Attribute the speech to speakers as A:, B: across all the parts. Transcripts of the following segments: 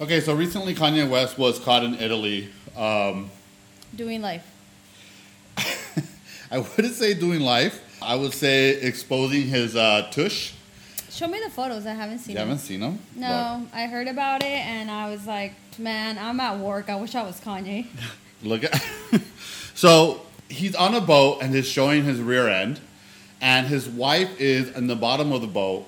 A: Okay, so recently Kanye West was caught in Italy. Um,
B: Doing life.
A: I wouldn't say doing life. I would say exposing his uh, tush.
B: Show me the photos. I haven't seen
A: You haven't
B: them.
A: seen him?
B: No, I heard about it and I was like, man, I'm at work. I wish I was Kanye.
A: Look at. so he's on a boat and is showing his rear end, and his wife is in the bottom of the boat,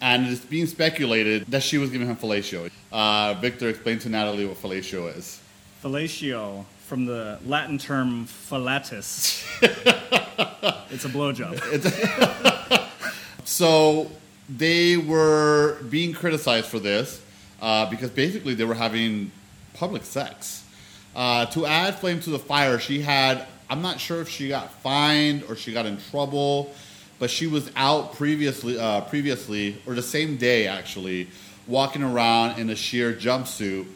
A: and it's being speculated that she was giving him fellatio. Uh, Victor explained to Natalie what fellatio is.
C: Fellatio, from the Latin term fellatus. it's a blowjob.
A: So they were being criticized for this uh, because basically they were having public sex. Uh, to add flame to the fire, she had, I'm not sure if she got fined or she got in trouble, but she was out previously, uh, previously or the same day actually, walking around in a sheer jumpsuit.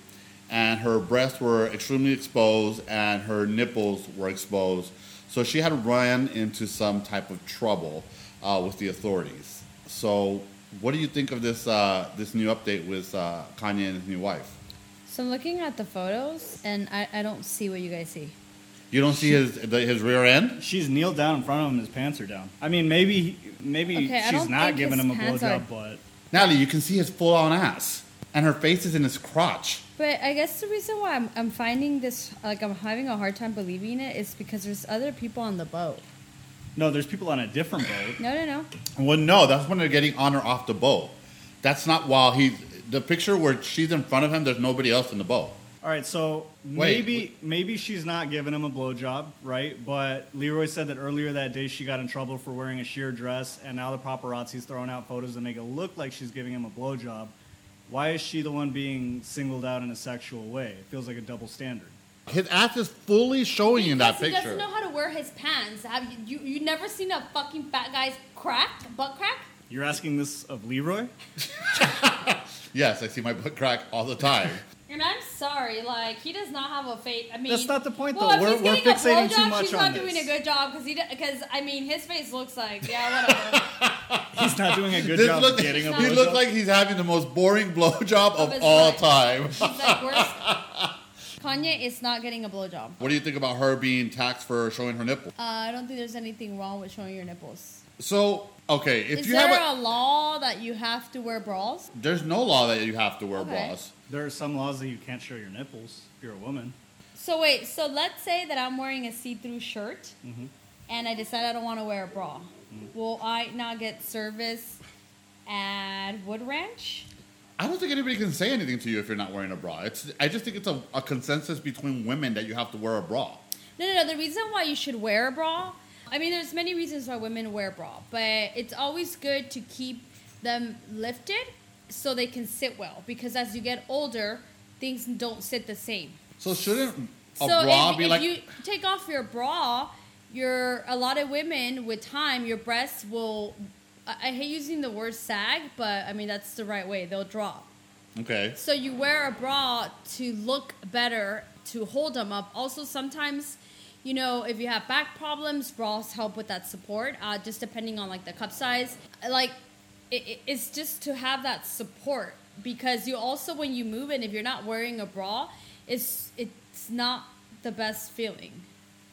A: And her breasts were extremely exposed and her nipples were exposed. So she had run into some type of trouble uh, with the authorities. So, what do you think of this uh, this new update with uh, Kanye and his new wife?
B: So I'm looking at the photos and I, I don't see what you guys see.
A: You don't see his the, his rear end?
C: She's kneeled down in front of him, his pants are down. I mean, maybe maybe
B: Okay, I
C: she's
B: don't
C: not
B: think
C: giving
B: his
C: him a
B: pants are-
C: blowjob, but
A: Natalie, you can see his full on ass, and her face is in his crotch.
B: But I guess the reason why I'm, I'm finding this, like I'm having a hard time believing it, is because there's other people on the boat.
C: no, there's people on a different boat.
B: No, no, no.
A: Well, no, that's when they're getting on or off the boat. That's not while he's the picture where she's in front of him. There's nobody else in the boat.
C: All right, so
A: Wait,
C: maybe maybe she's not giving him a blowjob, right? But Leroy said that earlier that day she got in trouble for wearing a sheer dress, and now the paparazzi's throwing out photos that make it look like she's giving him a blowjob. Why is she the one being singled out in a sexual way? It feels like a double standard.
A: His ass is fully showing in that
D: Because He
A: picture.
D: doesn't know how to wear his pants. Have you, you you never seen a fucking fat guy's crack butt crack?
C: You're asking this of Leroy?
A: yes, I see my butt crack all the time.
D: And I'm sorry, like he does not have a face. I mean,
C: That's not the point,
D: well,
C: though.
D: if
C: We're-
D: he's
C: we're
D: getting a
C: fixating too
D: blowjob,
C: much
D: she's
C: on
D: not doing
C: this.
D: a good job because he because I mean his face looks like yeah whatever.
C: He's not doing a good
A: This
C: job
A: look-
C: of getting a
A: he
C: blowjob.
A: looks like he's having the most boring blowjob of
D: his
A: all
D: life.
A: time.
D: She's like worse.
B: Kanye is not getting a blowjob.
A: What do you think about her being taxed for showing her nipple?
B: Uh, I don't think there's anything wrong with showing your nipples.
A: So, okay, if
B: is
A: you
B: there
A: have
B: a, law that you have to wear bras?
A: there's no law that you have to wear
B: Okay.
A: bras.
C: There are some laws that you can't show your nipples if you're a woman.
B: So wait, so let's say that I'm wearing a see-through shirt,
C: Mm-hmm.
B: and I decide I don't want to wear a bra. Will I not get service at Wood Ranch?
A: I don't think anybody can say anything to you if you're not wearing a bra. It's I just think it's a, a consensus between women that you have to wear a bra.
B: No, no, no. The reason why you should wear a bra, I mean, there's many reasons why women wear a bra, but it's always good to keep them lifted so they can sit well. Because as you get older, things don't sit the same.
A: So shouldn't a
B: so
A: bra
B: if,
A: be
B: if
A: like
B: you take off your bra, your a lot of women with time, your breasts will. I, I hate using the word sag, but I mean that's the right way. They'll drop.
A: okay?
B: So you wear a bra to look better, to hold them up. Also, sometimes, you know, if you have back problems, bras help with that support. Uh, just depending on like the cup size, like it, it- it's just to have that support because you also when you move and if you're not wearing a bra, it's it's not the best feeling.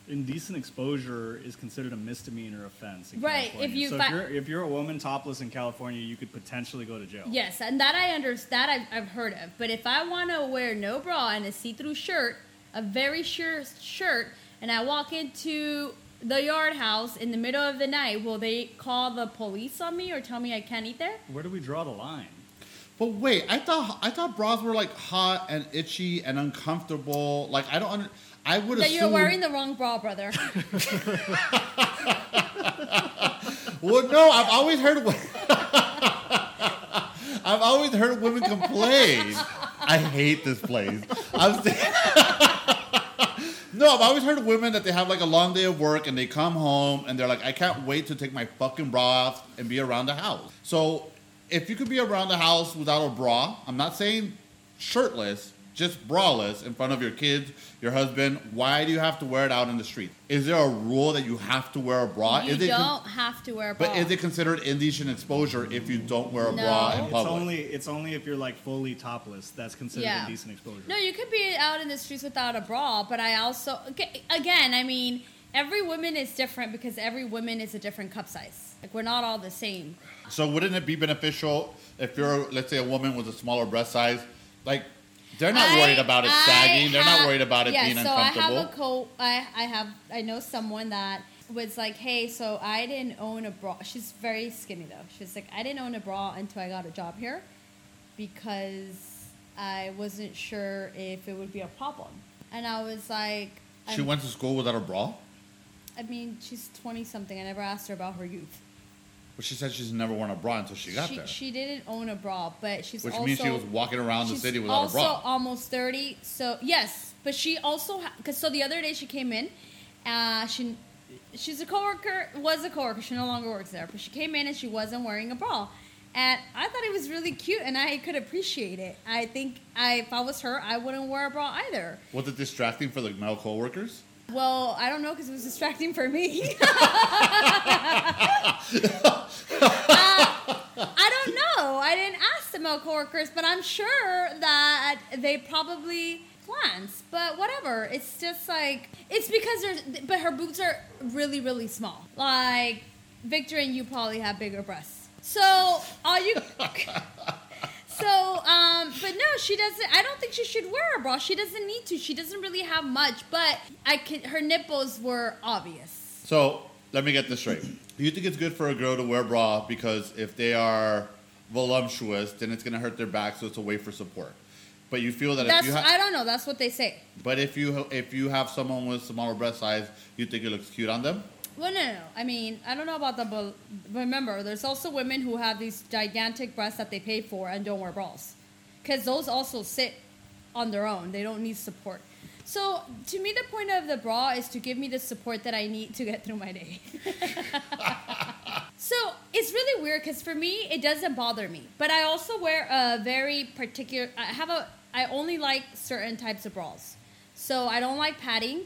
C: Indecent exposure is considered a misdemeanor offense. In
B: Right, if
C: California.
B: you
C: so
B: fi-
C: if you're if you're a woman topless in California, you could potentially go to jail.
B: Yes, and that I understand. I've, I've heard of. But if I want to wear no bra and a see-through shirt, a very sure shirt, and I walk into the yard house in the middle of the night, will they call the police on me or tell me I can't eat there?
C: Where do we draw the line?
A: But wait, I thought I thought bras were like hot and itchy and uncomfortable. Like I don't under, I would
B: That
A: assume
B: you're wearing the wrong bra, brother.
A: Well, no, I've always heard. wo- I've always heard women complain. I hate this place. I'm st- no, I've always heard women that they have like a long day of work and they come home and they're like, I can't wait to take my fucking bra off and be around the house. So, if you could be around the house without a bra, I'm not saying shirtless, just braless in front of your kids, your husband, why do you have to wear it out in the street? Is there a rule that you have to wear a bra?
B: You
A: is it con-
B: don't have to wear a bra.
A: but is it considered indecent exposure if you don't wear a bra in
B: Oh. No. It's
C: It's
A: public?
C: only it's only if you're like fully topless that's considered
B: Yeah.
C: indecent exposure.
B: No, you could be out in the streets without a bra, but I also okay, again, I mean, every woman is different because every woman is a different cup size. Like we're not all the same.
A: so wouldn't it be beneficial if you're, let's say, a woman with a smaller breast size? Like, they're not
B: I-
A: worried about it
B: I
A: sagging. They're
B: have-
A: not worried about it
B: yeah,
A: being
B: so
A: uncomfortable.
B: I have a co. I, I have I know someone that was like, hey, so I didn't own a bra. She's very skinny though. She's like, I didn't own a bra until I got a job here because I wasn't sure if it would be a problem. And I was like,
A: she
B: I'm-
A: went to school without a bra,
B: I mean, she's twenty something. I never asked her about her youth.
A: but she said she's never worn a bra until she got
B: she,
A: there,
B: she didn't own a bra, but she's
A: which
B: also
A: means she was walking around the
B: she's
A: city without a bra.
B: Also, almost thirty. So yes, but she also because so the other day she came in, uh, she she's a coworker was a coworker. She no longer works there, but she came in and she wasn't wearing a bra, and I thought it was really cute and I could appreciate it. I think I, if I was her, I wouldn't wear a bra either.
A: Was it distracting for the male coworkers?
B: Well, I don't know because it was distracting for me. Uh, I don't know. I didn't ask the male coworkers, but I'm sure that they probably glance. But whatever. It's just like it's because there's. But her boobs are really, really small. Like Victor and you probably have bigger breasts. So all you. So, um, but no, she doesn't. I don't think she should wear a bra. She doesn't need to. She doesn't really have much. But I could. Her nipples were obvious.
A: So let me get this straight. Do you think it's good for a girl to wear a bra because if they are voluptuous, then it's going to hurt their back, so it's a way for support. But you feel that if
B: That's.
A: you
B: I
A: have,
B: don't know. That's what they say.
A: but if you if you have someone with smaller breast size, you think it looks cute on them.
B: Well, no, no, no. I mean, I don't know about the. But remember, there's also women who have these gigantic breasts that they pay for and don't wear bras, because those also sit on their own. They don't need support. So, to me, the point of the bra is to give me the support that I need to get through my day. So it's really weird because for me it doesn't bother me, but I also wear a very particular. I have a. I only like certain types of bras, so I don't like padding.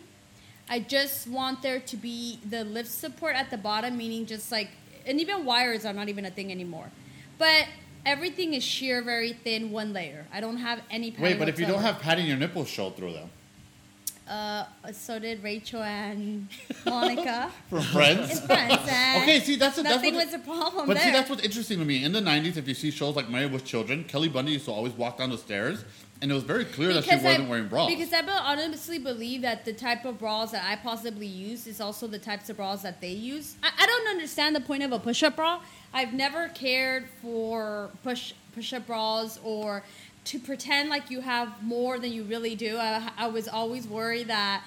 B: I just want there to be the lift support at the bottom, meaning just like, and even wires are not even a thing anymore. But everything is sheer, very thin, one layer. I don't have any. Padding
A: Wait, but if you don't
B: whatsoever.
A: have padding, your nipples show through them.
B: uh, so did Rachel and Monica.
A: From Friends.
B: It's friends. And
A: Okay, see, that's a- that's
B: nothing
A: what-
B: was a problem.
A: But
B: there.
A: see, that's what's interesting to me. In the '90s, if you see shows like Married with Children, Kelly Bundy used to always walk down the stairs, and it was very clear that she wasn't
B: I,
A: wearing bras.
B: Because I be- honestly believe that the type of bras that I possibly use is also the types of bras that they use. I, I don't understand the point of a push-up bra. I've never cared for push push-up bras or to pretend like you have more than you really do. I, I was always worried that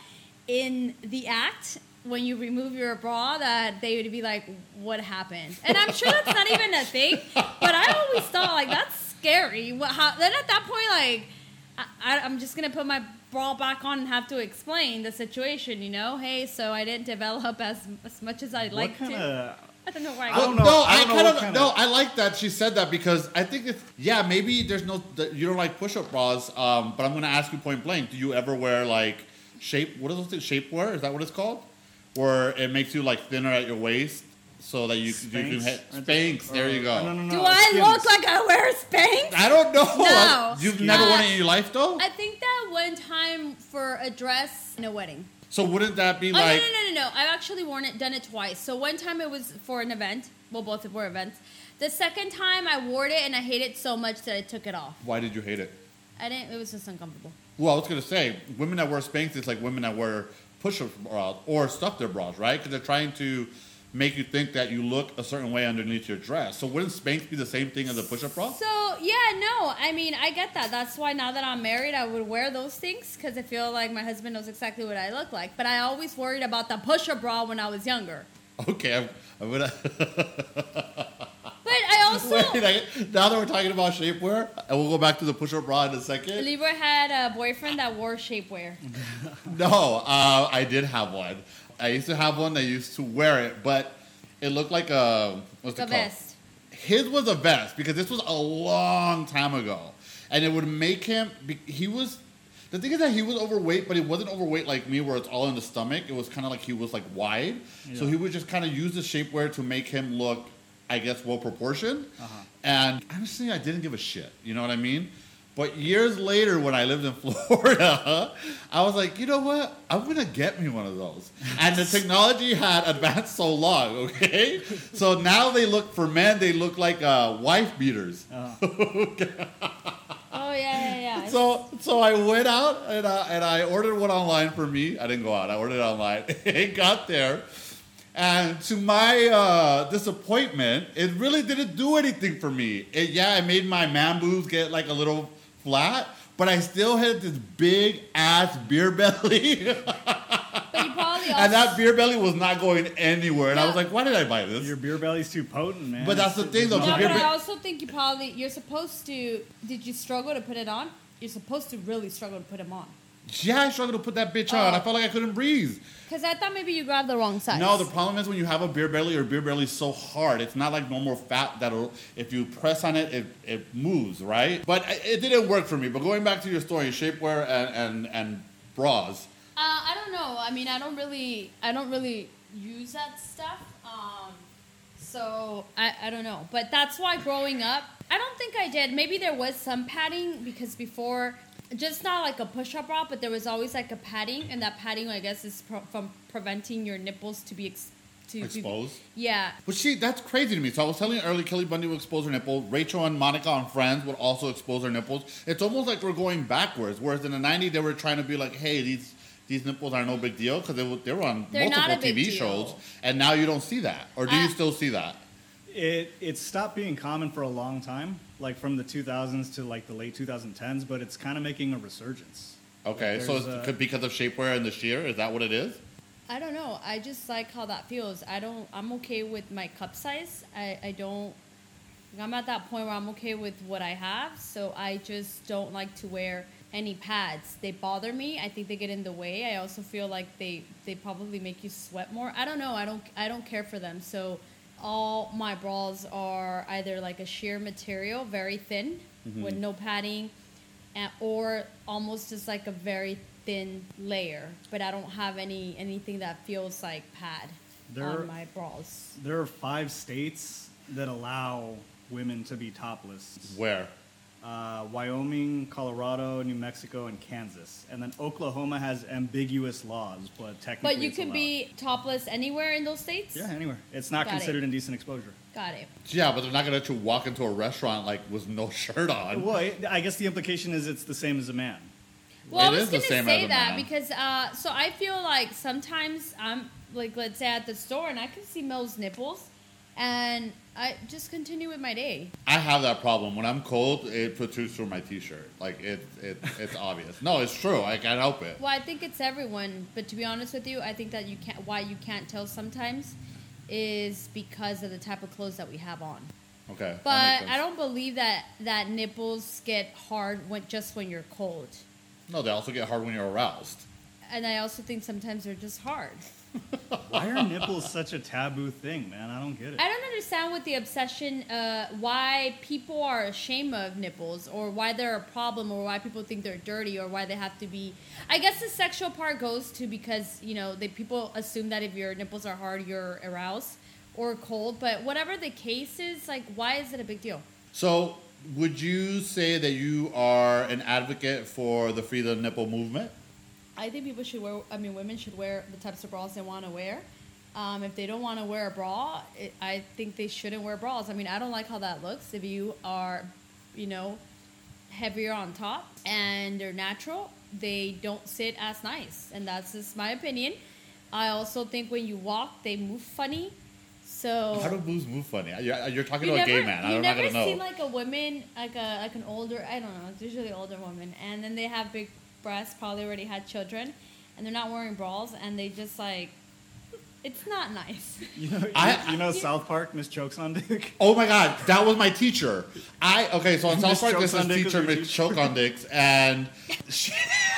B: in the act when you remove your bra that they would be like what happened and i'm sure that's not even a thing but i always thought like that's scary what, how, then at that point like I, I, i'm just gonna put my bra back on and have to explain the situation you know hey so i didn't develop as, as much as i'd like
C: what kind
B: to
C: of
B: i don't know where i
C: I
B: got
C: don't
A: No,
C: know.
A: I,
C: don't know
A: kind
C: what
A: of
C: kind
A: no.
C: of-
A: I like that she said that because I think it's yeah. Maybe there's no that you don't like push-up bras, um, but I'm gonna ask you point blank: Do you ever wear like shape? What is those things? Shapewear? Is that what it's called? Where it makes you like thinner at your waist so that you, you can hit
C: Aren't they-
A: Spanx. There
C: or-
A: you go.
C: No, no, no,
B: do
C: no,
B: i
C: Skims.
B: look like i wear spanks
A: I don't know.
B: No.
A: You've never
B: Uh,
A: worn it in your life though.
B: i think that one time for a dress in a wedding
A: so wouldn't that be
B: Oh
A: like?
B: no, no, no, no, no! I've actually worn it, done it twice. So one time it was for an event. Well, both were events. The second time I wore it and I hated it so much that I took it off.
A: Why did you hate it?
B: I didn't. It was just uncomfortable.
A: Well, I was gonna say, women that wear Spanx is like women that wear push-up bras or stuff their bras, right? Because they're trying to make you think that you look a certain way underneath your dress. So wouldn't Spanx be the same thing as a push-up bra?
B: So yeah, no. I mean, I get that. That's why now that I'm married, I would wear those things because I feel like my husband knows exactly what I look like. But I always worried about the pusher bra when I was younger.
A: Okay, I'm, I'm gonna.
B: But I also
A: Wait, I, now that we're talking about shapewear, and we'll go back to the push-up bra in a second.
B: Libra had a boyfriend that wore shapewear.
A: No, uh, I did have one. I used to have one. I used to wear it, but it looked like a what's
B: The
A: it called?
B: best.
A: his was a vest because this was a long time ago and it would make him be- he was The thing is that he was overweight, but he wasn't overweight like me, where it's all in the stomach. It was kind of like he was like wide, so
C: Yeah.
A: he would just kind of use the shapewear to make him look, I guess, well proportioned. And honestly, I didn't give a shit. You know what I mean? But years later, when I lived in Florida, I was like, you know what? I'm gonna get me one of those. And the technology had advanced so long, okay? So now they look for men. They look like uh, wife beaters.
B: Oh yeah, yeah, yeah.
A: So so I went out and I, and I ordered one online for me. I didn't go out. I ordered it online. it got there, and to my uh, disappointment, it really didn't do anything for me. It, yeah, it made my man boobs get like a little flat, but I still had this big ass beer belly,
B: but you probably also
A: and that beer belly was not going anywhere. And I was
B: No.
A: like, why did I buy this?
C: Your beer belly's too potent, man.
A: But that's the thing, though,
B: No,
A: beer
B: but I
A: ba-
B: also think you probably you're supposed to. Did you struggle to put it on? You're supposed to really struggle to put them on.
A: yeah, I struggled to put that bitch on. I felt like I couldn't breathe.
B: Because I thought maybe you grabbed the wrong size.
A: No, the problem is when you have a beer belly or beer belly is so hard, it's not like normal fat that'll, if you press on it, it, it moves, right? But I- it didn't work for me. But going back to your story, shapewear and, and, and bras,
D: Uh, I don't know. I mean, I don't really, I don't really use that stuff. Um,
B: So I, I don't know, but that's why growing up, I don't think I did. Maybe there was some padding because before, just not like a push-up bra, but there was always like a padding, and that padding, I guess, is pro- from preventing your nipples to be ex- to be-
A: exposed.
B: yeah,
A: But she, that's crazy to me. So I was telling you earlier, Kelly Bundy would expose her nipple. Rachel and Monica on Friends would also expose their nipples. It's almost like we're going backwards. Whereas in the 90s, they were trying to be like, hey, these these nipples are no big deal because they, were- they were on
B: They're not
A: multiple
B: a big
A: TV
B: deal.
A: shows. And now you don't see that. Or do you
B: Uh,
A: still see that?
C: it it stopped being common for a long time, like from the 2000s to like the late 2010s. But it's kind of making a resurgence.
A: Okay, so
C: There's
A: it's
C: a-
A: could- because of shapewear and the sheer, is that what it is?
B: I don't know. I just like how that feels. I don't. I'm okay with my cup size. I, I don't. I'm at that point where I'm okay with what I have, so I just don't like to wear any pads. They bother me. I think they get in the way. I also feel like they they probably make you sweat more. I don't know. I don't I don't care for them. So all my bras are either like a sheer material, very thin,
C: Mm-hmm.
B: with no padding, and, or almost just like a very thin layer. But I don't have any anything that feels like pad
C: There-
B: on my bras.
C: There are five states that allow women to be topless:
A: Where?
C: uh, Wyoming, Colorado, New Mexico, and Kansas. And then Oklahoma has ambiguous laws, but technically,
B: But you
C: it's
B: can
C: allowed.
B: be topless anywhere in those states.
C: yeah anywhere. It's not
B: Got it.
C: considered indecent exposure.
B: Got it.
A: Yeah, but they're not gonna let you walk into a restaurant like with no shirt on.
C: Well, it, I guess the implication is it's the same as a man.
B: Well,
A: It
B: I
A: is
B: was
A: the
B: gonna
A: same as
B: say
A: a
B: that
A: man.
B: because uh, so I feel like sometimes I'm like let's say at the store and I can see Mel's nipples, and I just continue with my day.
A: I have that problem. When I'm cold, it protrudes through my t-shirt. Like it, it it's obvious. No, it's true. I can't help it.
B: Well, I think it's everyone, but to be honest with you, I think that you can't. Why you can't tell sometimes is because of the type of clothes that we have on.
A: Okay. that makes
B: But
A: sense.
B: I don't believe that that nipples get hard when just when you're cold,
A: No, they also get hard when you're aroused.
B: and I also think sometimes they're just hard.
C: Why are nipples such a taboo thing, man? I don't get it.
B: I don't understand what the obsession, uh, why people are ashamed of nipples, or why they're a problem, or why people think they're dirty, or why they have to be. I guess the sexual part goes to because you know they people assume that if your nipples are hard, you're aroused or cold. But whatever the case is, like, why is it a big deal?
A: So would you say that you are an advocate for the free the nipple movement?
B: I think people should wear. I mean, women should wear the types of bras they want to wear. Um, if they don't want to wear a bra, it, I think they shouldn't wear bras. I mean, I don't like how that looks. If you are, you know, heavier on top and they're natural, they don't sit as nice, and that's just my opinion. I also think when you walk, they move funny. So
A: How do boobs move funny? You're, you're talking
B: Oh. you
A: to
B: never,
A: a gay man.
B: You
A: I'm not
B: never
A: gonna know.
B: seen like a woman, like a like an older. I don't know. It's usually older woman, and then they have big breasts. Probably already had children, and they're not wearing bras, and they just like, it's not nice.
C: You know,
A: I-
C: you know South Park, Miss Chokes on Dick.
A: Oh my God, that was my teacher. I okay, so in South
C: Miss
A: Park, this is
C: Choke on Dick was
A: teacher
C: your
A: Miss
C: teacher.
A: Choke on Dicks, and she,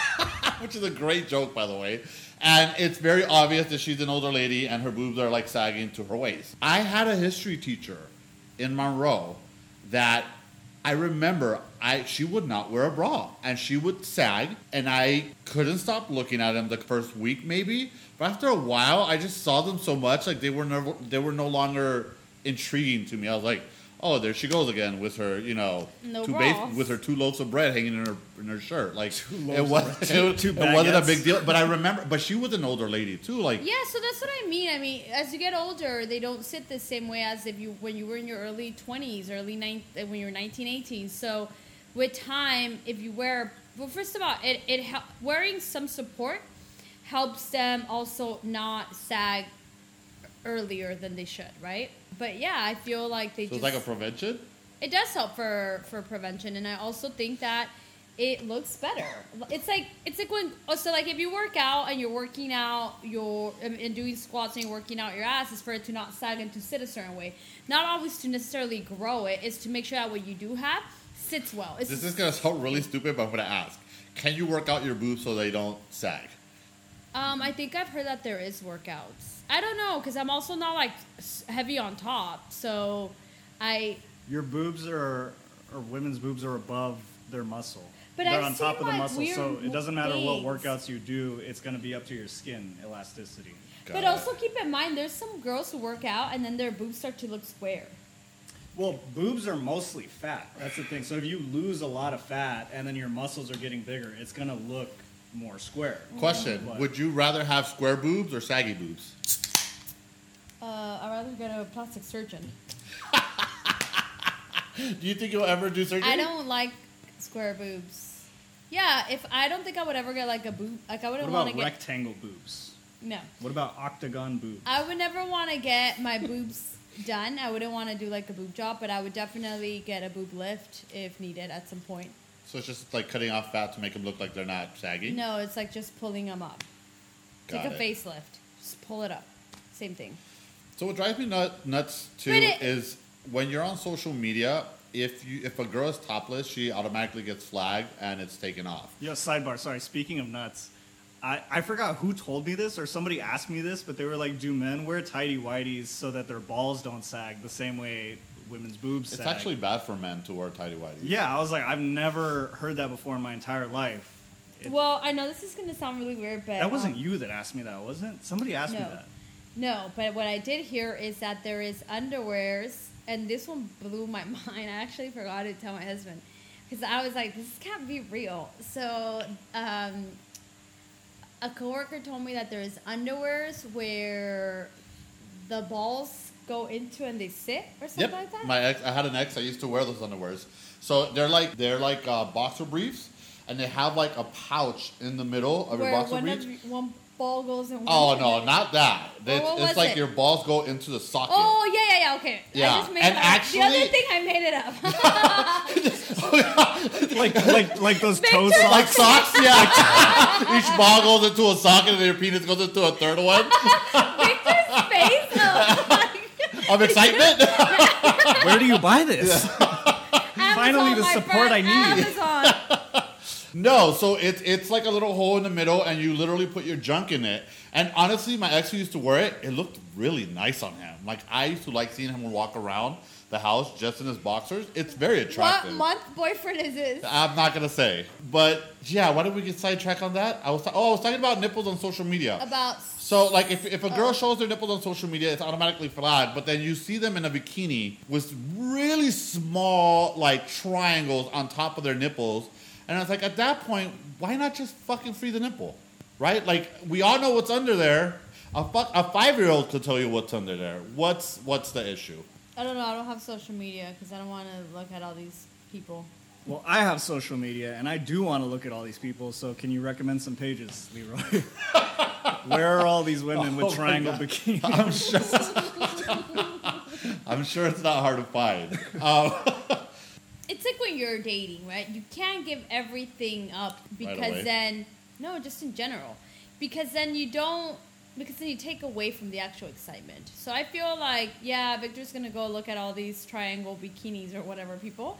A: which is a great joke, by the way. And it's very obvious that she's an older lady, and her boobs are like sagging to her waist. I had a history teacher in Monroe that I remember I she would not wear a bra and she would sag and I couldn't stop looking at them the first week maybe but after a while I just saw them so much like they were no, they were no longer intriguing to me I was like oh there she goes again with her you know
B: No
A: two
B: bras.
A: with her two loaves of bread hanging in her in her shirt like it
C: loaves of
A: was
C: bread.
A: it,
C: Two
A: wasn't a
C: baguettes.
A: big deal but I remember but she was an older lady too like
B: Yeah, so that's what I mean. I mean, as you get older, they don't sit the same way as if you when you were in your early twenties, early nine, uh, when you were 19, 18. So, with time, if you wear well, first of all, it it hel- wearing some support helps them also not sag earlier than they should, right? But yeah, I feel like they
A: so
B: just
A: it's like a prevention
B: it does help for for prevention and i also think that it looks better it's like it's like when oh, so like if you work out and you're working out your and and doing squats and you're working out your ass is for it to not sag and to sit a certain way not always to necessarily grow it is to make sure that what you do have sits well it's
A: this is gonna sound really stupid but I'm gonna ask can you work out your boobs so they don't sag
B: um i think i've heard that there is workouts i don't know because i'm also not like s- heavy on top so i
C: Your boobs are, or women's boobs are above their muscle.
B: But
C: They're
B: I've
C: on
B: seen,
C: top of the
B: like,
C: muscle, so
B: weird
C: it doesn't matter what
B: things.
C: workouts you do, it's going to be up to your skin elasticity.
A: Got
B: but
A: it.
B: also keep in mind there's some girls who work out and then their boobs start to look square
C: Well, boobs are mostly fat. That's the thing. So if you lose a lot of fat and then your muscles are getting bigger, it's going to look more square.
A: Question:
C: But-
A: Would you rather have square boobs or saggy boobs?
B: Uh, I'd rather go to a plastic surgeon.
A: Do you think you'll ever do surgery?
B: I don't like square boobs. Yeah, if I don't think I would ever get like a boob, like I
C: What
B: wouldn't want to
C: about
B: get
C: rectangle boobs?
B: no.
C: What about octagon boobs?
B: I would never want to get my boobs done. I wouldn't want to do like a boob job, but I would definitely get a boob lift if needed at some point.
A: So it's just like cutting off fat to make them look like they're not saggy.
B: No, it's like just pulling them up. It's
A: Got
B: like a
A: it.
B: facelift. Just pull it up. Same thing.
A: So what drives me nut, nuts too
B: But it-
A: is when you're on social media. If you if a girl is topless, she automatically gets flagged and it's taken off.
C: Yo, sidebar. Sorry. Speaking of nuts, I, I forgot who told me this or somebody asked me this, but they were like, "Do men wear tidy whities so that their balls don't sag the same way women's boobs?"
A: It's
C: sag?
A: actually bad for men to wear tidy whities.
C: yeah. I was like, I've never heard that before in my entire life. It-
B: Well, I know this is gonna sound really weird, but
C: that wasn't
B: um,
C: you that asked me that, wasn't it? Somebody asked me
B: No.
C: that.
B: No, but what I did hear is that there is underwears, and this one blew my mind. I actually forgot to tell my husband because I was like, "This can't be real." So, um, a coworker told me that there is underwears where the balls go into and they sit or something
A: Yep.
B: like that.
A: My ex, I had an ex. I used to wear those underwears. So they're like they're like uh, boxer briefs, and they have like a pouch in the middle of
B: where
A: your boxer
B: one
A: briefs.
B: of y- one ball goes in. one
A: Oh
B: and
A: no,
B: then-
A: not that. It's,
B: what was
A: it's like
B: it?
A: your balls go into the socket.
B: Oh yeah, yeah, yeah. Okay.
A: Yeah,
B: I just made
A: and
B: it up. the other
A: actually-
B: thing I made it up.
C: like like like those toe
B: Victor-
A: Like
C: socks.
A: socks, yeah. Each ball goes into a socket, and your penis goes into a third one
B: Victor's face. Oh,
A: of excitement.
C: Where do you buy this?
B: Amazon,
C: the
B: my
C: support
B: friend,
C: I need.
B: Amazon.
A: no, so it's it's like a little hole in the middle, and you literally put your junk in it. And honestly, my ex who used to wear it, it looked really nice on him. Like I used to like seeing him walk around the house just in his boxers. It's very
B: What
A: attractive.
B: month boyfriend is this?
A: I'm not gonna say, but yeah. Why did we get sidetracked on that? I was ta- oh, I was talking about nipples on social media.
B: About
A: So, like, if, if a girl shows their nipples on social media, it's automatically flagged. But then you see them in a bikini with really small, like, triangles on top of their nipples. And I was like, at that point, why not just fucking free the nipple? Right? Like, we all know what's under there. A, fuck, a five year old could tell you what's under there. What's, what's the issue?
B: I don't know. I don't have social media because I don't want to look at all these people.
C: Well, I have social media, and I do want to look at all these people. So, can you recommend some pages, Leroy? Where are all these women
A: Oh my
C: with triangle
A: God.
C: bikinis?
A: I'm sure. I'm sure it's not hard to find.
B: It's like when you're dating, right? You can't give everything up because
A: away.
B: then no, just in general, because then you don't because then you take away from the actual excitement. So I feel like yeah, Victor's gonna go look at all these triangle bikinis or whatever people.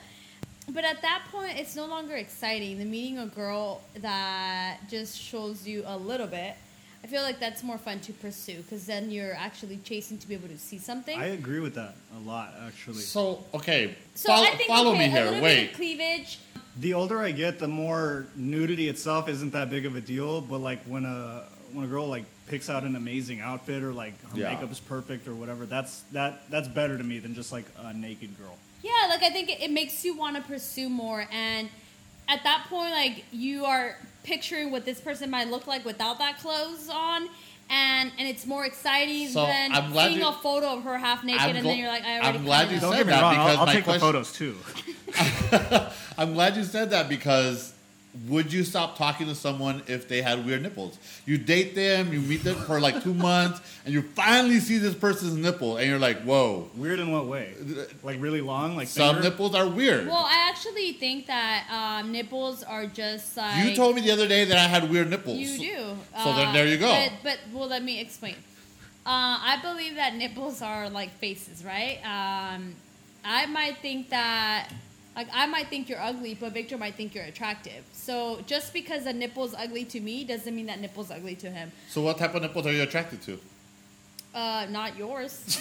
B: But at that point, it's no longer exciting. The meeting a girl that just shows you a little bit I feel like that's more fun to pursue because then you're actually chasing to be able to see something.
C: I agree with that a lot, actually.
A: So okay,
B: so
A: fol-
B: I think
A: follow
B: okay,
A: me
B: a
A: here.
B: little bit
A: Wait,
B: of cleavage.
C: The older I get, the more nudity itself isn't that big of a deal. But like when a when a girl like picks out an amazing outfit or like her
A: Yeah.
C: makeup is perfect or whatever, that's that that's better to me than just like a naked girl.
B: Yeah, like I think it, it makes you want to pursue more, and at that point, like you are picturing what this person might look like without that clothes on, and and it's more exciting
A: So,
B: than
A: I'm glad
B: seeing
A: you-
B: a photo of her half naked,
A: I'm
B: and
A: gl-
B: then you're like, I
A: I'm
B: already.
A: glad
B: kinda
A: you
B: know.
C: Don't
A: said
C: get me
A: that
C: wrong.
A: because
C: I'll, I'll
A: my
C: take
A: question-
C: the photos too.
A: I'm glad you said that because would you stop talking to someone if they had weird nipples? You date them, you meet them for like two months, and you finally see this person's nipple, and you're like, whoa,
C: Weird in what way? Like really long? Like
A: some
C: finger?
A: nipples are weird.
B: Well, I actually think that um, nipples are just like
A: you told me the other day that I had weird nipples.
B: You do. Uh,
A: So then there you go.
B: But, but well, let me explain. Uh, I believe that nipples are like faces, right? Um, I might think that, like, I might think you're ugly, but Victor might think you're attractive. So just because a nipple's ugly to me doesn't mean that nipple's ugly to him.
A: So what type of nipples are you attracted to?
B: Uh, not yours.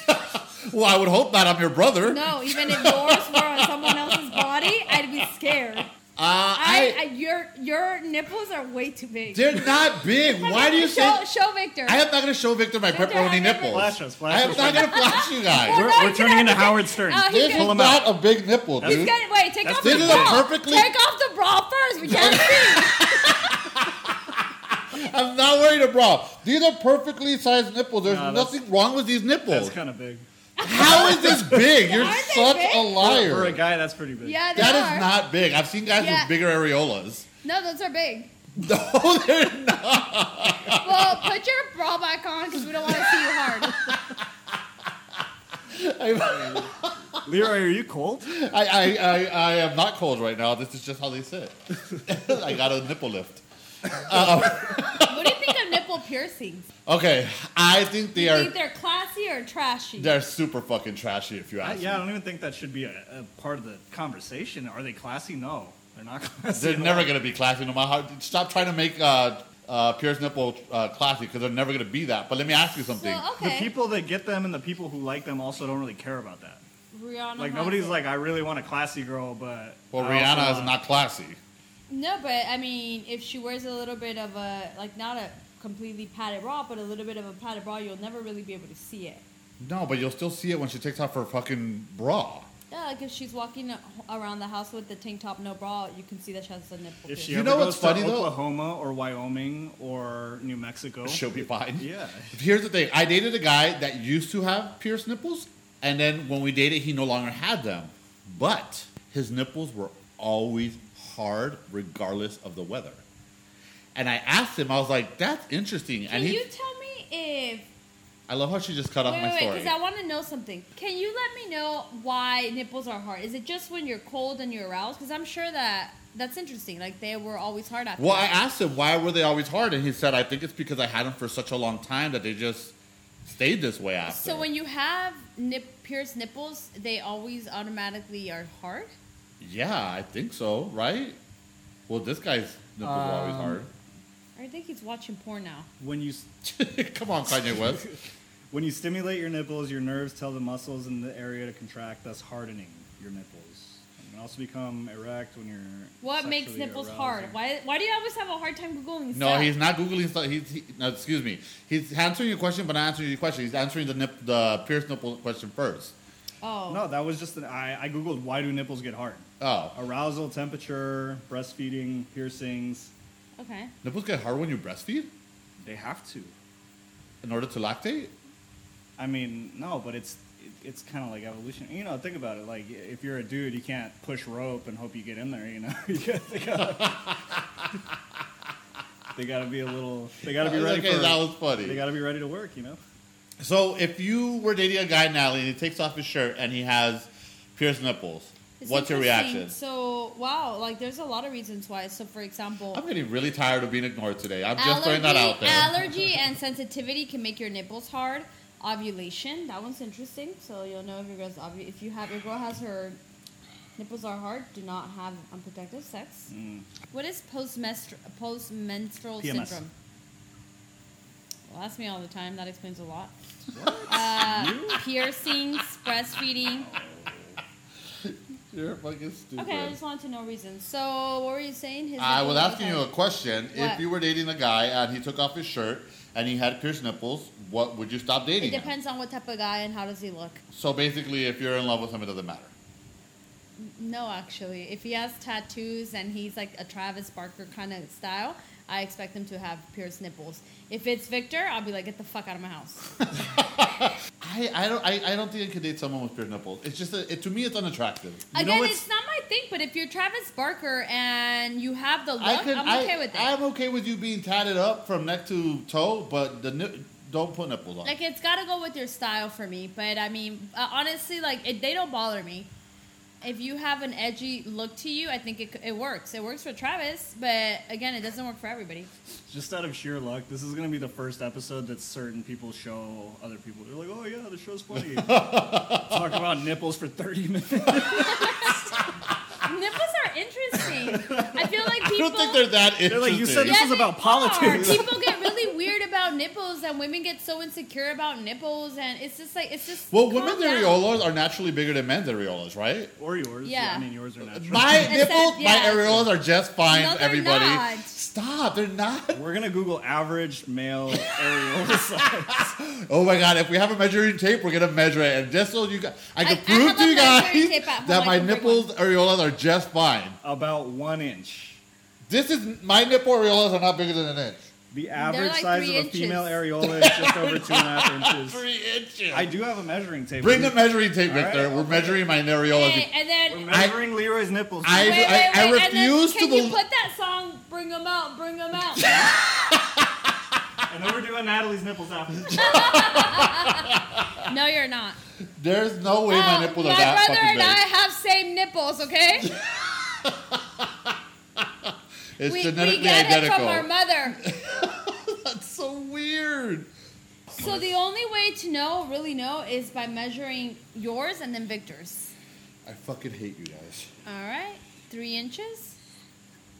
A: Well, I would hope not. I'm your brother. Uh,
B: No, even if yours were on someone else's body, I'd be scared. I,
A: I,
B: I your your nipples are way too big.
A: they're not big. Why do you
B: show,
A: say?
B: show Victor?
A: I am not going to show Victor my
B: Victor,
A: pepperoni
B: have never-
A: nipples.
C: Flash us, flash
A: I am
C: us,
A: not
C: Victor.
A: going to flash you guys.
B: Well,
C: We're,
B: no,
C: we're
B: he's
C: turning
B: gonna
C: into
B: have to
C: Howard
B: get-
C: Stern.
B: uh, he-
A: this
C: Pull
A: is
C: 'em
A: not a big nipple,
B: He's
A: dude.
B: gonna wait. Take
C: That's
B: off
A: This
B: the
A: is a
B: bra.
A: perfectly-
B: Take off the bra first. We can't see.
A: I'm not worried, bro. These are perfectly sized nipples. There's
C: No, that's-
A: nothing wrong with these nipples.
C: That's kind of big.
A: How is this big? You're
B: Aren't they
A: such
B: big?
A: a
C: For a
A: liar.
C: guy, that's pretty big.
B: Yeah, they
A: That
B: are.
A: is not big. I've seen guys
B: Yeah.
A: with bigger areolas.
B: No, those are big.
A: No, they're not.
B: Well, put your bra back on because we don't want to see you hard.
A: I,
C: Leroy, are you cold?
A: I, I, I am not cold right now. This is just how they sit. I got a nipple lift.
B: What do you think of nipple piercings?
A: Okay, I think they
B: you
A: are
B: think they're classy or trashy?
A: they're super fucking trashy. If you
C: I,
A: ask
C: yeah,
A: me,
C: I don't even think that should be a, a part of the conversation. Are they classy? No, they're not classy.
A: they're
C: at
A: never
C: all.
A: gonna be classy. No matter how. Stop trying to make uh, uh, Pierce nipple uh, classy because they're never gonna be that. But let me ask you something.
B: well,
C: The
B: okay.
C: people that get them and the people who like them also don't really care about that.
B: Rihanna.
C: Like
B: has
C: nobody's
B: it.
C: like, I really want a classy girl, but
A: Well,
C: I also
A: Rihanna is
C: want-
A: not classy.
B: No, but I mean, if she wears a little bit of a like not a completely padded bra, but a little bit of a padded bra, you'll never really be able to see it.
A: No, but you'll still see it when she takes off her fucking bra.
B: Yeah, like if she's walking a- around the house with the tank top, no bra, you can see that she has a nipple.
C: If
B: piercing.
C: she
A: You
C: ever
A: know
C: goes
A: what's
C: to
A: funny, though?
C: Oklahoma or Wyoming or New Mexico,
A: She'll be fine.
C: yeah,
A: Here's the thing: I dated a guy that used to have pierced nipples, and then when we dated, he no longer had them, but his nipples were always hard, regardless of the weather. And I asked him, I was like, "That's interesting."
B: Can
A: and he,
B: you tell me if
A: I love how she just cut off
B: wait
A: my
B: wait
A: story.
B: because I want to know something. Can you let me know why nipples are hard? Is it just when you're cold and you're aroused? Because I'm sure that that's interesting. Like they were always hard after.
A: well, I
B: that.
A: asked him why were they always hard, and he said, "I think it's because I had them for such a long time that they just stayed this way after."
B: so when you have nip pierced nipples, they always automatically are hard.
A: yeah, I think so, right? Well, this guy's nipples were always
C: Um,
A: hard.
B: I think he's watching porn now.
C: when you s-
A: Come on, Kanye West.
C: when you stimulate your nipples, your nerves tell the muscles in the area to contract, thus hardening your nipples. You can also become erect when you're.
B: What makes
C: sexually
B: nipples
C: aroused.
B: hard? Why why do you always have a hard time googling
A: No,
B: stuff?
A: he's not googling stuff. He's he, no, excuse me. He's answering your question, but not answering your question. He's answering the nip, the pierce nipple question first.
B: Oh.
C: No, that was just an. I, I googled why do nipples get hard?
A: Oh,
C: Arousal, temperature, breastfeeding, piercings.
B: Okay.
A: nipples get hard when you breastfeed
C: They have to.
A: in order to lactate.
C: I mean, no, but it's it, it's kind of like evolution. You know, think about it. Like if you're a dude, you can't push rope and hope you get in there. You know, You gotta- they gotta, they gotta be a little. They gotta be ready
A: okay,
C: for.
A: that was
C: they
A: funny.
C: gotta be ready to work. You know.
A: so, if you were dating a guy, Natalie, and he takes off his shirt and he has pierced nipples,
B: It's
A: what's your
B: interesting.
A: reaction?
B: So wow, like there's a lot of reasons why. So for example,
A: I'm getting really tired of being ignored today. I'm just throwing that out there.
B: allergy and sensitivity can make your nipples hard. Ovulation, that one's interesting. So you'll know if your girl's ovu- if you have your girl has her nipples are hard. Do not have unprotected
A: Mm.
B: sex. What is post post menstrual
C: PMS.
B: syndrome? Well, that's me all the time. That explains a lot. Uh, piercings, breastfeeding.
A: You're fucking stupid.
B: Okay, I just wanted to know reasons. So, what were you saying? His
A: I was
B: nipple
A: asking you a question. If
B: What?
A: you were dating a guy and he took off his shirt and he had pierced nipples, what would you stop
B: It
A: dating? him?
B: depends on what type of guy and how does he look.
A: So basically, if you're in love with him, it doesn't matter.
B: No, actually, if he has tattoos and he's like a Travis Barker kind of style, I expect him to have pierced nipples. If it's Victor, I'll be like, get the fuck out of my house.
A: I, I don't I, I don't think I could date someone with pierced nipples. It's just a, it, to me it's unattractive.
C: You know
B: Again,
C: what's-
B: it's not my thing, but if you're Travis Barker and you have the look,
A: I could,
B: I'm okay
A: I,
B: with it.
A: I'm okay with you being tatted up from neck to toe, but the nip, don't put nipples on.
B: like, it's gotta go with your style for me. But I mean, uh, honestly, like, it, they don't bother me. If you have an edgy look to you, I think it, c- it works. It works for Travis, but again, it doesn't work for everybody.
C: Just out of sheer luck, this is going to be the first episode that certain people show other people. They're like, oh, yeah, the show's funny. Talk about nipples for 30 minutes.
B: Nipples are interesting. I feel like people.
A: I don't think they're that interesting.
C: They're like, you said this
B: Yeah,
C: is
B: they
C: about
B: are.
C: politics.
B: People get really weird about nipples, and women get so insecure about nipples, and it's just like it's just.
A: well,
B: calm
A: women's
B: down.
A: areolas are naturally bigger than men's areolas, right?
C: or yours.
B: Yeah.
C: I mean, yours are natural.
A: Uh, My
B: Except-
A: nipples, my
B: yeah.
A: areolas are just fine.
B: No, they're
A: everybody,
B: not.
A: stop! They're not.
C: We're going to Google average male areola size.
A: Oh my god! If we have a measuring tape, we're gonna measure it, and just so you guys, I can
B: I
A: prove
B: have
A: to
B: a
A: you
B: measuring
A: guys
B: tape at home.
A: that
B: I
A: my
B: can bring
A: nipples areolas are just fine.
C: About one inch.
A: This is my nipple areolas are not bigger than an inch.
C: The average
B: like
C: size of
B: three
C: a female
B: inches.
C: areola is just over two and a half inches.
A: Three inches.
C: I do have a measuring tape.
A: Bring
C: We're-
A: the measuring tape,
C: All right,
A: Victor. We're
C: okay.
A: measuring my areolas.
B: Hey, and then.
C: We're measuring Leroy's nipples.
A: I-
B: Wait, wait, wait,
A: I
B: and then
A: refuse to
B: can you
A: bel-
B: put that song "Bring 'Em Out, Bring 'Em Out"?
C: and then we're doing Natalie's nipples after.
B: no, you're not.
A: There's no way my
B: Uh,
A: nipples
B: my
A: are that
B: brother
A: fucking
B: and
A: big.
B: I have same nipples. Okay,
A: it's
B: we,
A: genetically
B: we get
A: identical.
B: it from our mother.
A: That's so weird.
B: So the only way to know, really know, is by measuring yours and then Victor's.
A: I fucking hate you guys.
B: All right, three inches.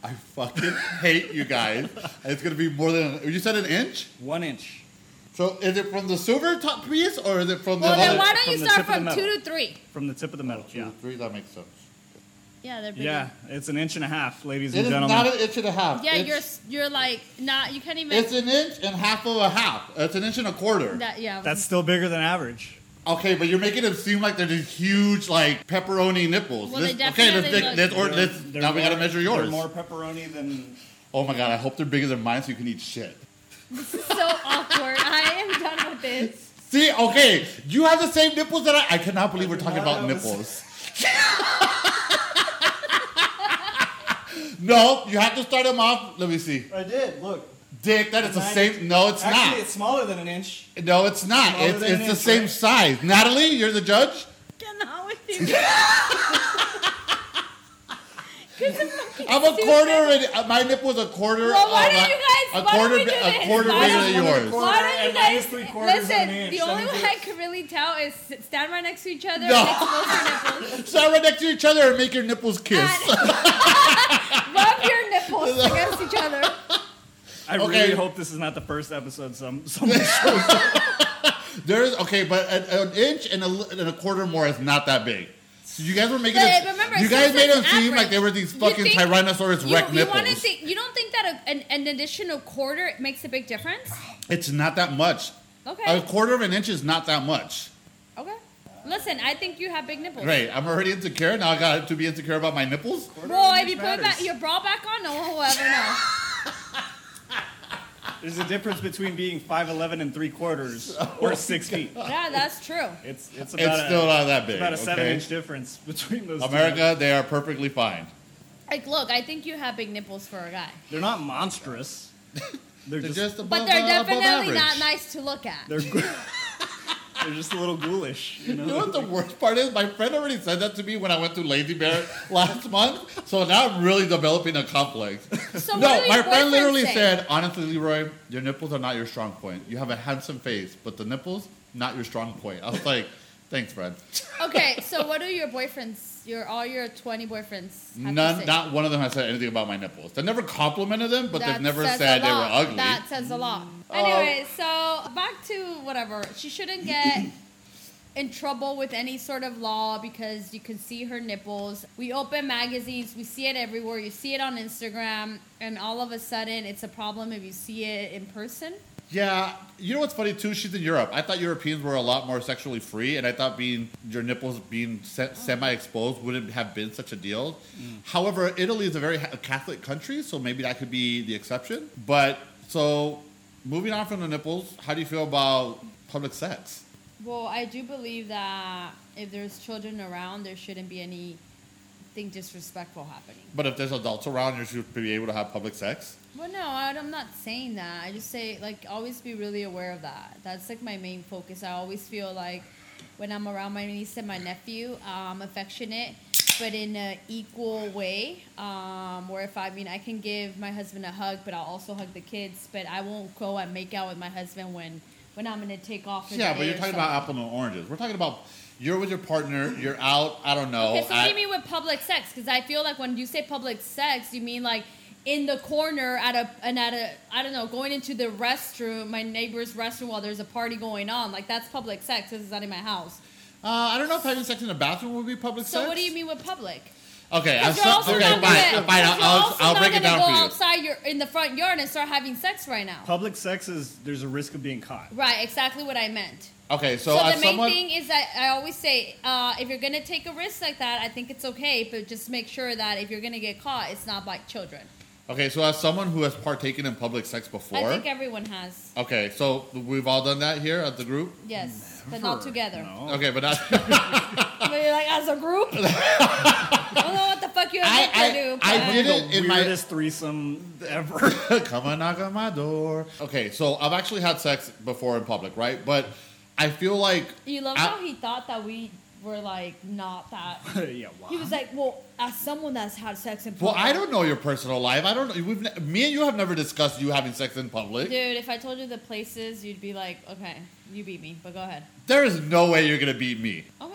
A: I fucking hate you guys. It's gonna be more than you said an inch.
C: One inch.
A: So is it from the silver top piece or is it from the?
B: Well, then
A: other-
B: why don't you
C: from the
B: start
C: tip of the
B: from
C: metal.
B: two to three?
C: From the tip of the metal. Yeah.
A: Three. That makes sense.
B: Yeah, they're big.
C: Yeah, it's an inch and a half, ladies
A: It
C: and
A: is
C: gentlemen.
A: not an inch and a half.
B: Yeah,
A: it's,
B: you're s- you're like not. You can't even.
A: It's an inch and half of a half. It's an inch and a quarter.
B: that, yeah.
C: That's still bigger than average.
A: Okay, but you're making them seem like they're these huge, like pepperoni nipples.
B: Well, they
A: This- okay, let's,
B: definitely
A: dig-
B: look-
A: let's, or, let's
C: They're-
A: now we
C: they're
A: gotta
C: more-
A: measure yours.
C: They're more pepperoni than.
A: Oh my god, I hope they're bigger than mine so you can eat shit.
B: this is so awkward. I am done with this.
A: See, okay, you have the same nipples that I. I cannot believe we're
C: do
A: talking
C: not
A: about
C: have the
A: nipples. no, you have to start them off. Let me see.
C: I did. Look.
A: Dick, that is the
C: Nine
A: same. No, it's
C: Actually,
A: not.
C: it's smaller than an inch.
A: no, it's not.
C: smaller
A: It's,
C: than
A: it's
C: an
A: the
C: inch,
A: same
C: right?
A: size. Natalie, you're the judge.
B: Cannot with you. 'Cause I'm fucking
A: I'm a
B: stupid.
A: quarter. And, uh, my nipple is a quarter.
B: Well, why
A: of
B: do
A: a-
B: you guys-
A: A
B: why don't
A: quarter.
B: we do
A: bi-
B: this?
A: A quarter
B: Why
A: bigger
B: don't
A: than
C: we do
A: yours.
C: this?
B: Why don't you
C: and
B: guys
C: minus three quarters of
B: listen?
C: an inch.
B: The
C: That
B: only
C: means
B: way I
C: it's-
B: could really tell is sit- stand right next to each other
A: No.
B: and expose your nipples.
A: Stand right next to each other and make your nipples kiss.
B: And- Rub your nipples against each other.
C: I
A: Okay.
C: really hope this is not the first episode. Some someone
A: There's okay, but an, an inch and a, li- and a quarter more is not that big. So you guys were making
B: But
A: it,
B: remember,
A: you
B: it's
A: guys
B: just
A: made them
B: an
A: seem like
B: average.
A: they were these
B: You
A: fucking
B: think-
A: Tyrannosaurus
B: You,
A: Rex
B: you, wanna
A: nipples.
B: think, you don't think that a, an, an additional quarter makes a big difference?
A: it's not that much.
B: Okay.
A: A quarter of an inch is not that much.
B: Okay. Listen, I think you have big nipples.
A: Great. I'm already insecure. Now I got to be insecure about my nipples.
B: Well, if you put back your bra back on, no one will ever know.
C: There's a difference between being 5'11 and three quarters or six feet.
B: yeah, that's true.
C: It's it's about
A: Oh It's
C: a,
A: still not that big.
C: it's about a seven
A: okay?
C: inch difference between those. two.
A: America, they are perfectly fine.
B: Like, look, I think you have big nipples for a guy,
C: They're not monstrous.
A: They're
C: They're just,
A: just above,
B: but they're
A: uh, above
B: definitely not
A: average.
B: nice to look at.
C: they're gou- they're just a little ghoulish. You know.
A: You know what the worst part is? My friend already said that to me when I went to Lazy Bear last month. So now I'm really developing a complex.
B: So what
A: no,
B: do
A: my
B: your
A: friend
B: boyfriends
A: literally
B: say?
A: said, honestly, Leroy, your nipples are not your strong point. You have a handsome face, but the nipples, not your strong point. I was like, Thanks, Fred.
B: Okay, so what do your boyfriends, your all your twenty boyfriends, have To
A: None,
B: say?
A: not one of them has said anything about my nipples. They never complimented them, but
B: That
A: they've never
B: says
A: said
B: a
A: they were
B: lot.
A: ugly.
B: That says a lot. Anyway, so back to whatever. She shouldn't get in trouble with any sort of law because you can see her nipples. We open magazines, we see it everywhere. You see it on Instagram, and all of a sudden, it's a problem if you see it in person.
A: Yeah, you know what's funny too? She's in Europe. I thought Europeans were a lot more sexually free, and I thought being your nipples being se- semi-exposed wouldn't have been such a deal. However, Italy is a very ha- Catholic country, so maybe that could be the exception. But so, moving on from the nipples, how do you feel about public sex?
B: Well, I do believe that if there's children around, there shouldn't be anything disrespectful happening.
A: But if there's adults around, you should be able to have public sex.
B: Well, no, I- I'm not saying that. I just say like always be really aware of that. That's like my main focus. I always feel like when I'm around my niece and my nephew, I'm affectionate, but in an equal way. Um, where if I mean, I can give my husband a hug, but I'll also hug the kids. But I won't go and make out with my husband when when I'm gonna take off. For the
A: Yeah, but
B: day
A: you're
B: or
A: talking
B: something.
A: about apple and oranges. We're talking about you're with your partner. You're out. Oh, I don't know.
B: Okay, so
A: at-
B: what do you mean with public sex? Because I feel like when you say public sex, you mean like in the corner at a and at a I don't know, going into the restroom, my neighbor's restroom while there's a party going on. Like that's public sex. This is not in my house.
A: uh, I don't know if having sex in a bathroom would be public
B: So
A: sex.
B: what do you mean with public?
A: Okay, I'm
B: Because you're
A: so,
B: also
A: okay,
B: not
A: fine,
B: gonna,
A: fine. I'll,
B: 'cause you're
A: I'll,
B: also
A: I'll
B: not
A: break it
B: gonna
A: down
B: go
A: for you.
B: outside your in the front yard and start having sex right now.
C: Public sex is there's a risk of being caught.
B: right, exactly what I meant.
A: Okay, so,
B: So,
A: as
B: the main
A: someone,
B: thing is that I always say, uh, if you're gonna take a risk like that, I think it's okay, but just make sure that if you're gonna get caught, it's not by children.
A: okay, so as someone who has partaken in public sex before,
B: I think everyone has.
A: okay, so we've all done that here at the group.
B: Yes, but not
C: Never.
B: together.
C: No.
A: Okay, but not,
B: But you're like as a group. I don't know what the fuck you
A: I-
B: have
A: I-
B: to do.
A: I
B: but-
A: did it
C: the
A: in my-
C: weirdest threesome ever.
A: come and knock on my door. Okay, so I've actually had sex before in public, right? But I feel like
B: You love
A: I-
B: how he thought that we were like not that.
C: yeah, wow.
B: He was like, well, as someone that's had sex in
A: Well,
B: public.
A: I don't know your personal life. I don't. know. We've ne- me and you have never discussed you having sex in public.
B: Dude, if I told you the places, you'd be like, okay, you beat me, but go ahead.
A: There is no way you're gonna beat me.
B: Okay.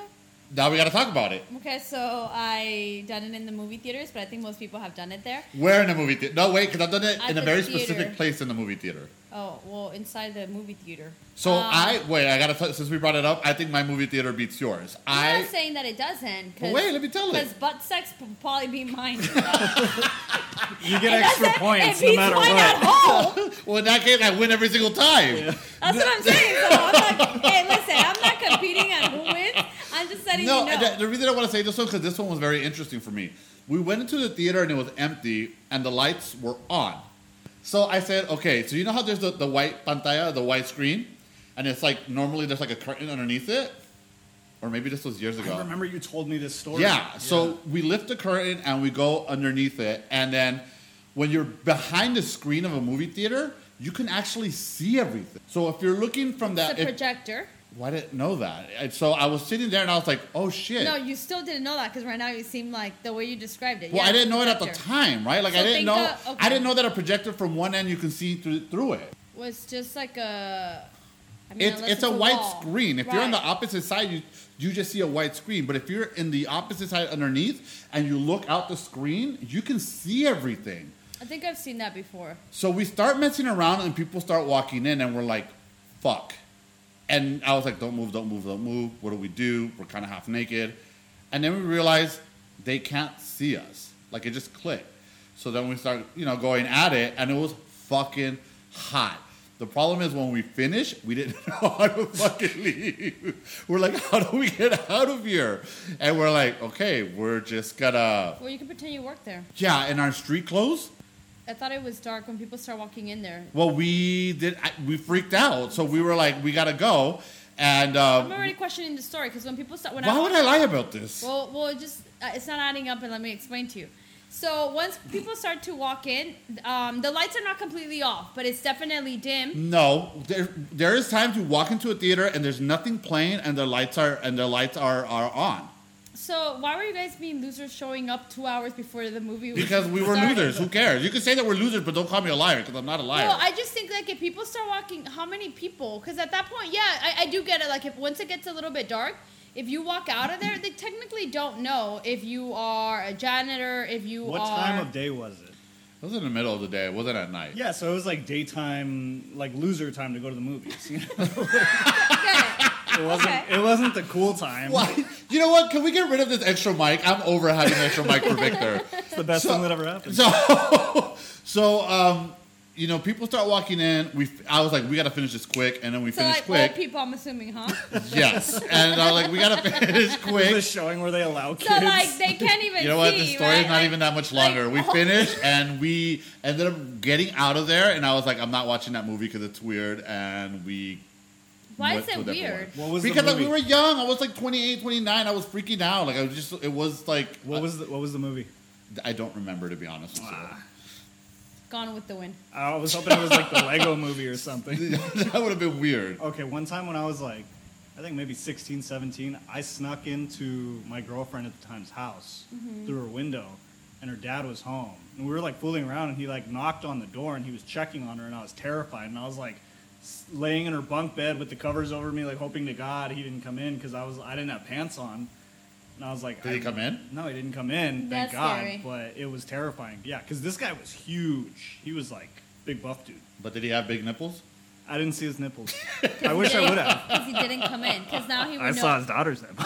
A: Now we gotta talk about it.
B: Okay, so I done it in the movie theaters, but I think most people have done it there.
A: Where in the movie theater? No, wait, because I've done it
B: At
A: in a
B: the
A: very
B: theater.
A: specific place in the movie theater.
B: Oh, well, inside the movie theater.
A: So
B: Um,
A: I wait. I gotta tell- since we brought it up. I think my movie theater beats yours.
B: I'm
A: I
B: not saying that it doesn't. 'cause-
A: But wait. Let me tell it.
B: Because butt sex would probably be mine.
C: You get extra points
B: If
C: no
B: he's
C: matter
B: mine at
C: what.
B: home,
A: Well, in that case, I win every single time.
B: that's what I'm saying. So I'm not, hey, listen, I'm not competing on who wins. I'm just letting
A: No,
B: you know.
A: and the, the reason I want to say this one because this one was very interesting for me. We went into the theater and it was empty, and the lights were on. So I said, okay. So you know how there's the, the white pantalla, the white screen, and it's like normally there's like a curtain underneath it, or maybe this was years ago.
C: I remember you told me this story.
A: Yeah. So we lift the curtain and we go underneath it, and then when you're behind the screen of a movie theater, you can actually see everything. So if you're looking from that,
B: it's a
A: if-
B: projector.
A: why didn't know that? And so I was sitting there and I was like, oh shit.
B: No, you still didn't know that because right now you seem like the way you described it.
A: well,
B: yeah,
A: I didn't know it at the
B: projector.
A: time, right? Like
B: So
A: I didn't
B: think
A: know.
B: that- okay.
A: I didn't know that a projector from one end you can see through through it.
B: Was just like a. I mean,
A: It's,
B: unless
A: it's a white
B: wall.
A: screen. If you're on the
B: Right.
A: opposite side, you you just see a white screen. But if you're in the opposite side underneath and you look out the screen, you can see everything.
B: I think I've seen that before.
A: So we start messing around and people start walking in and we're like, fuck. And I was like, don't move, don't move, don't move. What do we do? We're kind of half naked. And then we realize they can't see us. Like it just clicked. So then we start, you know, going at it and it was fucking hot. The problem is when we finished, we didn't know how to fucking leave. We're like, how do we get out of here? And we're like, okay, we're just gonna,
B: Well, you can pretend you work there.
A: yeah, in our street clothes.
B: I thought it was dark when people start walking in there.
A: Well, we did. I- We freaked out, so we were like, "We gotta go." And
B: I'm
A: um,
B: already questioning the story because when people start, when
A: why
B: I
A: would I lie about this?
B: Well, well, it just uh, it's not adding up, and let me explain to you. So once people start to walk in, um, the lights are not completely off, but it's definitely dim.
A: no, there there is time to walk into a theater and there's nothing playing, and the lights are and the lights are are on
B: So why were you guys being losers showing up two hours before the movie? was
A: because we were
B: started?
A: losers. Who cares? You can say that we're losers, but don't call me a liar because I'm not a liar.
B: No, I just think like if people start walking, how many people? Because at that point, yeah, I, I do get it. Like if once it gets a little bit dark, if you walk out of there, they technically don't know if you are a janitor, if you
C: What
B: are.
C: time of day was it?
A: It was in the middle of the day. It wasn't at night.
C: Yeah, so it was like daytime, like loser time to go to the movies. You know?
B: Okay.
C: it wasn't.
B: Okay.
C: It wasn't the cool time.
A: Why? You know what? Can we get rid of this extra mic? I'm over having an extra mic for Victor.
C: It's the best
A: So-
C: thing that ever happened.
A: So, so um, you know, people start walking in. We, I was like, we got to finish this quick, and then we
B: So
A: finished
B: like
A: quick.
B: old people, I'm assuming, huh?
A: yes, and I was like, we got to finish
C: It
A: quick.
C: was showing where they allow kids.
B: so like they can't even.
A: You know what?
B: See,
A: The story
B: right?
A: is not
B: Like,
A: even that much
B: like,
A: longer.
B: oh.
A: we finished, and we ended up getting out of there. And I was like, I'm not watching that movie because it's weird, and we.
B: Why
A: went
B: is it
A: with everyone.
B: weird?
C: what was
A: because
C: the
A: like
C: movie?
A: we were young, I was like 28, 29. I was freaking out. Like I was just, it was like
C: what was the, what was the movie?
A: I don't remember to be honest with
B: Gone with the wind.
C: I was hoping it was like the Lego movie or something.
A: you. that would have been weird.
C: Okay, one time when I was like, I think maybe 16, 17, I snuck into my girlfriend at the time's house
B: Mm-hmm.
C: through her window, and her dad was home. And we were like fooling around, and he like knocked on the door, and he was checking on her, and I was terrified. And I was like s- laying in her bunk bed with the covers over me, like hoping to God he didn't come in because I was I didn't have pants on. And I was like,
A: Did he
C: I-
A: come in?
C: No, he didn't come in.
B: That's
C: thank God,
B: scary.
C: but it was terrifying. Yeah, because this guy was huge. He was like big buff dude.
A: But did he have big nipples?
C: I didn't see his nipples. I wish I would have.
B: Because he didn't come in. Because now he would
C: I
B: know.
C: saw his daughter's nipple.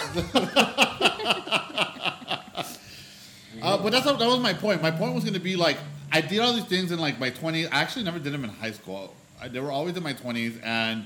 A: Uh, but that's that was my point. My point was going to be like I did all these things in like my twenties. I actually never did them in high school. I, they were always in my twenties, and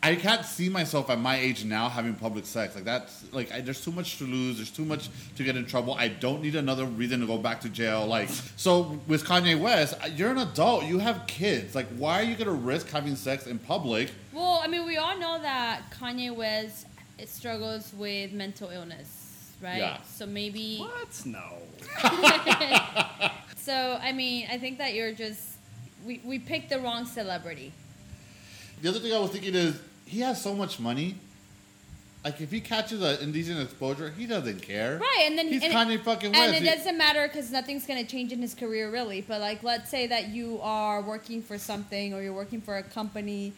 A: I can't see myself at my age now having public sex. Like that's like I, there's too much to lose. There's too much to get in trouble. I don't need another reason to go back to jail. Like so with Kanye West, you're an adult. You have kids. Like why are you going to risk having sex in public?
B: Well, I mean, we all know that Kanye West struggles with mental illness, right?
A: Yeah.
B: So maybe.
C: what? No.
B: So I mean, I think that you're just we we picked the wrong celebrity.
A: The other thing I was thinking is he has so much money. Like if he catches an indecent exposure, he doesn't care.
B: Right, and then
A: he's
B: and,
A: Kanye fucking West.
B: and it
A: He-
B: doesn't matter because nothing's gonna change in his career really. But like, let's say that you are working for something or you're working for a company,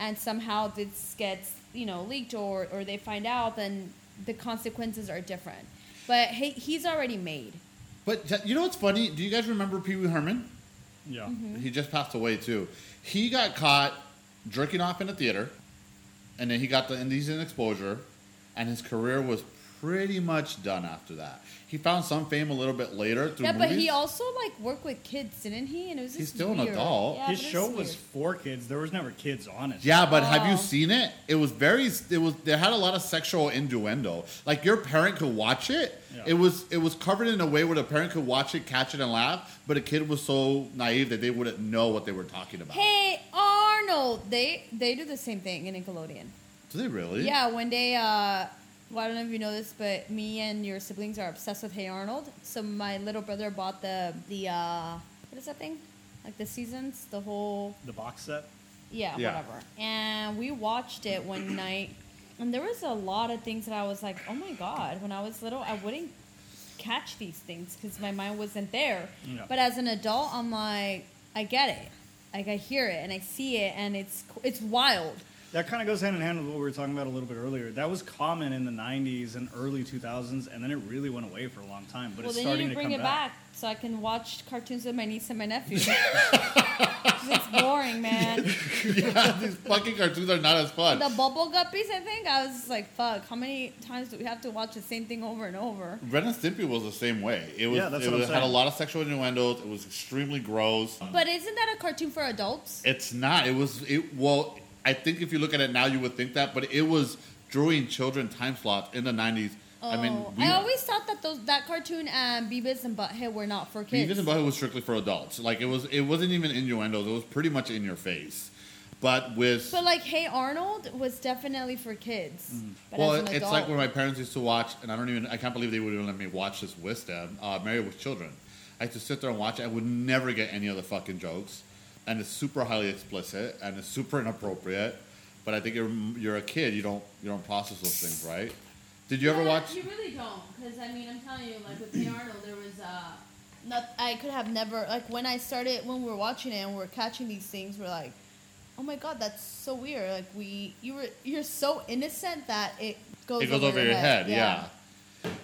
B: and somehow this gets you know leaked or or they find out, then the consequences are different. But he, he's already made.
A: but j- you know what's funny? Do you guys remember Pee Wee Herman?
C: Yeah.
B: Mm-hmm.
A: He just passed away too. He got caught jerking off in a theater, and then he got the indecent exposure, and his career was pretty much done after that. He found some fame a little bit later through
B: Yeah,
A: movies.
B: but he also like worked with kids, didn't he? And it was
A: He's
B: just
A: still an
B: weird.
A: adult.
B: Yeah,
C: His
B: but it's
C: show was
B: weird.
C: for kids. There was never kids on it.
A: Yeah, but have you
B: Oh.
A: seen it? It was very. It was. They had a lot of sexual innuendo. Like your parent could watch it.
C: Yeah.
A: It was. It was covered in a way where the parent could watch it, catch it, and laugh. But a kid was so naive that they wouldn't know what they were talking about.
B: Hey Arnold, they they do the same thing in Nickelodeon.
A: Do they really?
B: Yeah, one day, uh, well, I don't know if you know this, but me and your siblings are obsessed with Hey Arnold. So my little brother bought the the uh, what is that thing? Like the seasons, the whole
C: The box set.
B: yeah,
A: Yeah.
B: whatever. And we watched it one night, and there was a lot of things that I was like, oh my god. When I was little, I wouldn't catch these things because my mind wasn't there.
C: Yeah.
B: But as an adult, I'm like, I get it. Like I hear it and I see it, and it's it's wild.
C: That kind of goes hand in hand with what we were talking about a little bit earlier. That was common in the 90s and early 2000s, and then it really went away for a long time. But
B: well,
C: it's
B: then you
C: starting
B: need to
C: to
B: bring
C: come
B: it back. so I can watch cartoons with my niece and my nephew. 'Cause it's boring, man.
A: Yeah, These fucking cartoons are not as fun.
B: The bubble guppies, I think. I was just like, fuck, how many times do we have to watch the same thing over and over?
A: Ren and Stimpy was the same way. It was.
C: Yeah, that's
A: it
C: what I'm
A: was, had a
C: saying.
A: lot of sexual innuendos. It was extremely gross.
B: But isn't that a cartoon for adults?
A: It's not. It was. It well. I think if you look at it now, you would think that, but it was during children time slots in the nineties. I mean,
B: Oh,
A: we,
B: I always thought that those that cartoon and Beavis and Butthead were not for kids.
A: Beavis and Butthead was strictly for adults. Like it was, it wasn't even innuendos. It was pretty much in your face. But with
B: but like, Hey Arnold was definitely for kids. But
A: Mm. well,
B: as an
A: it's
B: adult,
A: like when my parents used to watch, and I don't even, I can't believe they would even let me watch this with them. Uh, Married with Children. I used to sit there and watch. it. I would never get any of the fucking jokes, and it's super highly explicit and it's super inappropriate. But I think you're you're a kid. You don't you don't process those things, right? Did you ever
D: Yeah,
A: watch?
D: You really don't, because I mean, I'm telling you, like with Hey Arnold, there was uh,
B: not, I could have never like when I started when we were watching it and we were catching these things. We're like, oh my god, that's so weird. Like we, you were, you're so innocent that it goes.
A: It goes over, your head, yeah.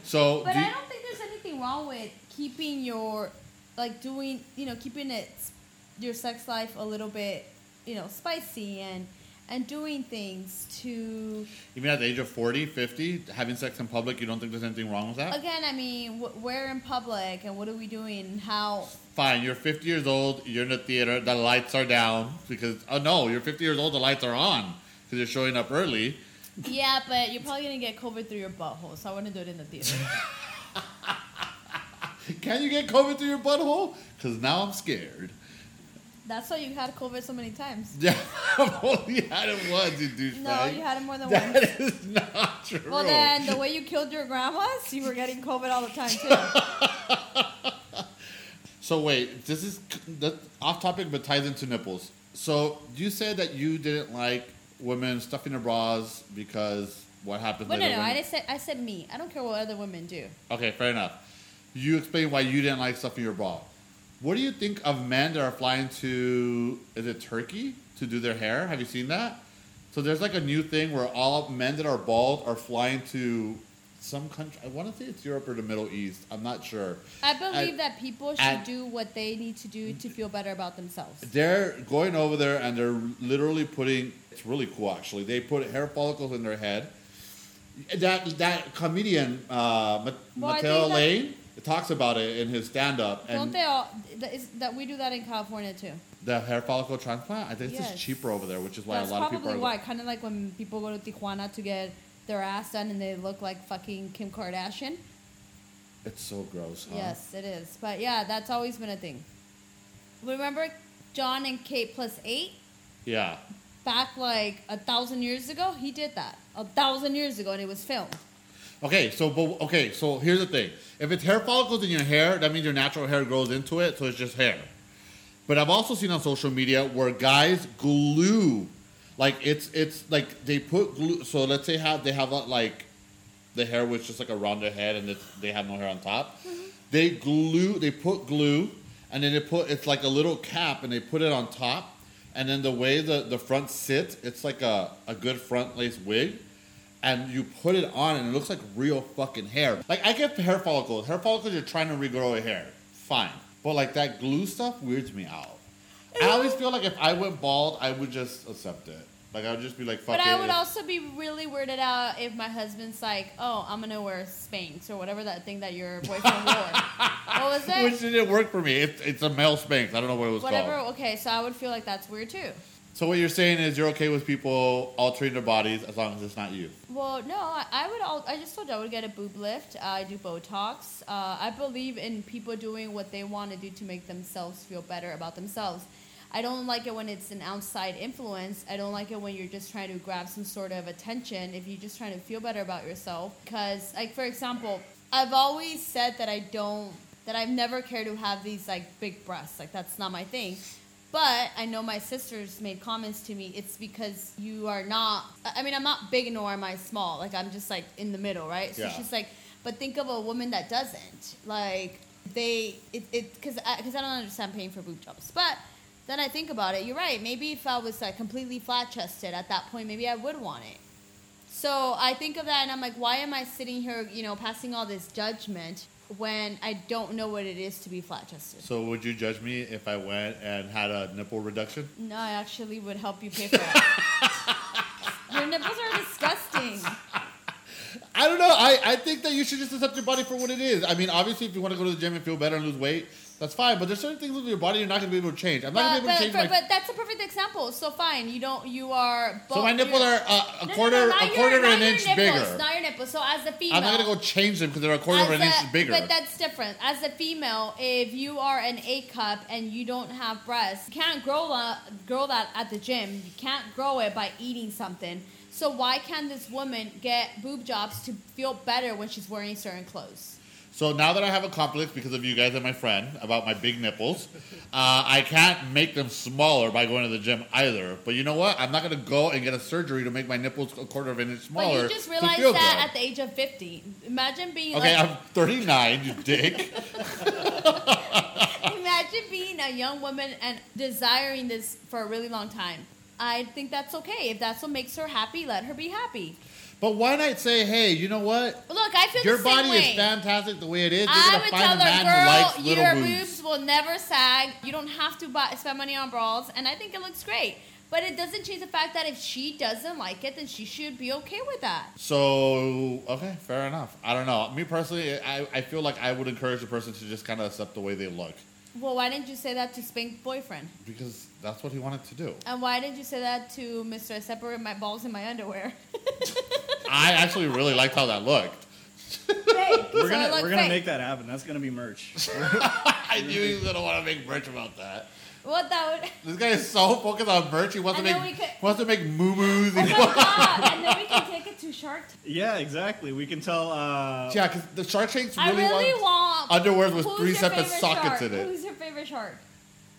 A: So
B: But
A: do you-
B: I don't think there's anything wrong with keeping your, like doing, you know, keeping it, your sex life a little bit, you know, spicy and and doing things to.
A: even at the age of 40, 50, having sex in public, you don't think there's anything wrong with that?
B: Again, I mean, wh- where in public and what are we doing? and How
A: Fine, you're 50 years old, you're in the theater, the lights are down because, oh no, you're 50 years old, the lights are on because you're showing up early.
B: Yeah, but you're probably gonna get COVID through your butthole, so I wouldn't do it in the theater.
A: Can you get COVID through your butthole? Because now I'm scared.
B: That's why you had COVID so many times.
A: Yeah, I've only had it once, you douchebag.
B: No, you had it more than once.
A: That is not true.
B: Well, then the way you killed your grandmas, you were getting COVID all the time too.
A: So wait, this is that off topic, but ties into nipples. So you said that you didn't like women stuffing their bras because what happens?
B: But no,
A: later
B: no,
A: when-
B: I just said I said me. I don't care what other women do.
A: Okay, fair enough. You explain why you didn't like stuffing your bra. What do you think of men that are flying to is it Turkey to do their hair? Have you seen that? So there's like a new thing where all men that are bald are flying to some country. I want to say it's Europe or the Middle East. I'm not sure.
B: I believe
A: I-
B: that people should
A: I-
B: do what they need to do to feel better about themselves.
A: They're going over there and they're literally putting. It's really cool, actually. They put hair follicles in their head. That that comedian uh, Ma-
B: Well, I
A: Mateo
B: think that-
A: Lane talks about it in his stand up.
B: don't
A: And
B: they all? That, is, that we do that in California too.
A: the hair follicle transplant, I think it's
B: Yes.
A: just cheaper over there, which is why
B: That's
A: a lot of people
B: probably
A: are.
B: why. Kind of like when people go to Tijuana to get their ass done and they look like fucking Kim Kardashian.
A: Uh-huh. It's so gross. Huh?
B: Yes, it is. But yeah, that's always been a thing. Remember John and Kate plus eight
A: Yeah.
B: back like a thousand years ago? He did that a thousand years ago, and it was filmed.
A: Okay, so but okay, so here's the thing: if it's hair follicles in your hair, that means your natural hair grows into it, so it's just hair. But I've also seen on social media where guys glue, like it's it's like they put glue. So let's say have they have uh, like the hair was just like around their head and it's, they have no hair on top.
B: Mm-hmm.
A: They glue, they put glue, and then they put it's like a little cap and they put it on top. And then the way the, the front sits, it's like a, a good front lace wig. And you put it on and it looks like real fucking hair. Like I get hair follicles. Hair follicles, you're trying to regrow a hair. Fine. But like that glue stuff weirds me out. I always feel like if I went bald, I would just accept it. Like I would just be like, fuck
B: But
A: it.
B: I would
A: it's-
B: also be really weirded out if my husband's like, "Oh, I'm gonna wear Spanx or whatever that thing that your boyfriend wore." what was it?
A: Which didn't work for me. It's it's a male spanx. I don't know what it was
B: whatever.
A: called.
B: Okay, so I would feel like that's weird too.
A: So what you're saying is you're okay with people altering their bodies as long as it's not you.
B: Well, no, I, I would. All, I just told you I would get a boob lift. I do Botox. Uh, I believe in people doing what they want to do to make themselves feel better about themselves. I don't like it when it's an outside influence. I don't like it when you're just trying to grab some sort of attention. If you're just trying to feel better about yourself, because like for example, I've always said that I don't that I've never cared to have these like big breasts. Like that's not my thing. But I know my sisters made comments to me. It's because you are not. I I mean, I'm not big nor am I small. Like I'm just like in the middle, right? So
A: Yeah.
B: she's like, but think of a woman that doesn't like they it it because because I, don't understand paying for boob jobs, but. Then I think about it. You're right. Maybe if I was like completely flat chested at that point, maybe I would want it. So I think of that and I'm like, why am I sitting here, you know, passing all this judgment when I don't know what it is to be flat chested?
A: So would you judge me if I went and had a nipple reduction?
B: No, I actually would help you pay for it. Your nipples are disgusting.
A: I don't know. I, I think that you should just accept your body for what it is. I mean, obviously, if you want to go to the gym and feel better and lose weight, that's fine. But there's certain things with your body you're not going to be able to change. I'm not
B: But,
A: going to be able to
B: but,
A: change
B: but,
A: my.
B: but that's a perfect example. So fine, you don't. You are.
A: so my
B: both-
A: nipples
B: you're-
A: are uh, a
B: No, no, no,
A: quarter
B: not
A: a
B: your-
A: quarter
B: not
A: an
B: your
A: inch
B: nipples,
A: bigger.
B: Not your nipples. So as the female,
A: I'm not going to go change them because they're a quarter of
B: As
A: an inch
B: a-
A: bigger.
B: But that's different. As a female, if you are an A cup and you don't have breasts, you can't grow a, grow that at the gym. You can't grow it by eating something. So why can this woman get boob jobs to feel better when she's wearing certain clothes?
A: So now that I have a complex because of you guys and my friend about my big nipples, uh, I can't make them smaller by going to the gym either. But you know what? I'm not going to go and get a surgery to make my nipples a quarter of an inch smaller.
B: but you just
A: to
B: realized
A: feel
B: that
A: good.
B: at the age of fifty. Imagine being
A: Okay,
B: like,
A: I'm 39, you dick.
B: imagine being a young woman and desiring this for a really long time. I think that's okay. If that's what makes her happy, let her be happy.
A: But why not say, hey, you know what?
B: But look, I feel
A: Your
B: the same
A: body
B: way.
A: is fantastic the way it is. You're
B: I
A: gonna
B: would
A: find
B: tell
A: a man who
B: her,
A: likes
B: girl,
A: little
B: your
A: boobs.
B: boobs will never sag. You don't have to buy, spend money on bras, and I think it looks great. But it doesn't change the fact that if she doesn't like it, then she should be okay with that.
A: So okay, fair enough. I don't know. Me personally, I, I feel like I would encourage the person to just kind of accept the way they look
B: Well, why didn't you say that to Spink's boyfriend?
A: because that's what he wanted to do.
B: And why didn't you say that to Mr. I separate my balls in my underwear?
A: I actually really liked how that looked.
C: We're
B: So I
C: gonna
B: look
C: we're gonna
B: fake.
C: make that happen. That's gonna be merch.
A: I knew he was gonna want to make merch about that.
B: What that would.
A: This guy is so focused on merch. He wants to
B: I know
A: make
B: we could-
A: wants to make moo-moos.
B: Oh my god! And then we can take it to Shark Tank.
C: yeah, exactly. We can tell. Uh,
A: yeah, because the Shark Tank's
B: I
A: really,
B: really
A: wants-
B: want
A: underwear with
B: Who's
A: three
B: your
A: separate
B: favorite
A: sockets
B: shark?
A: in it.
B: Who's your favorite shark?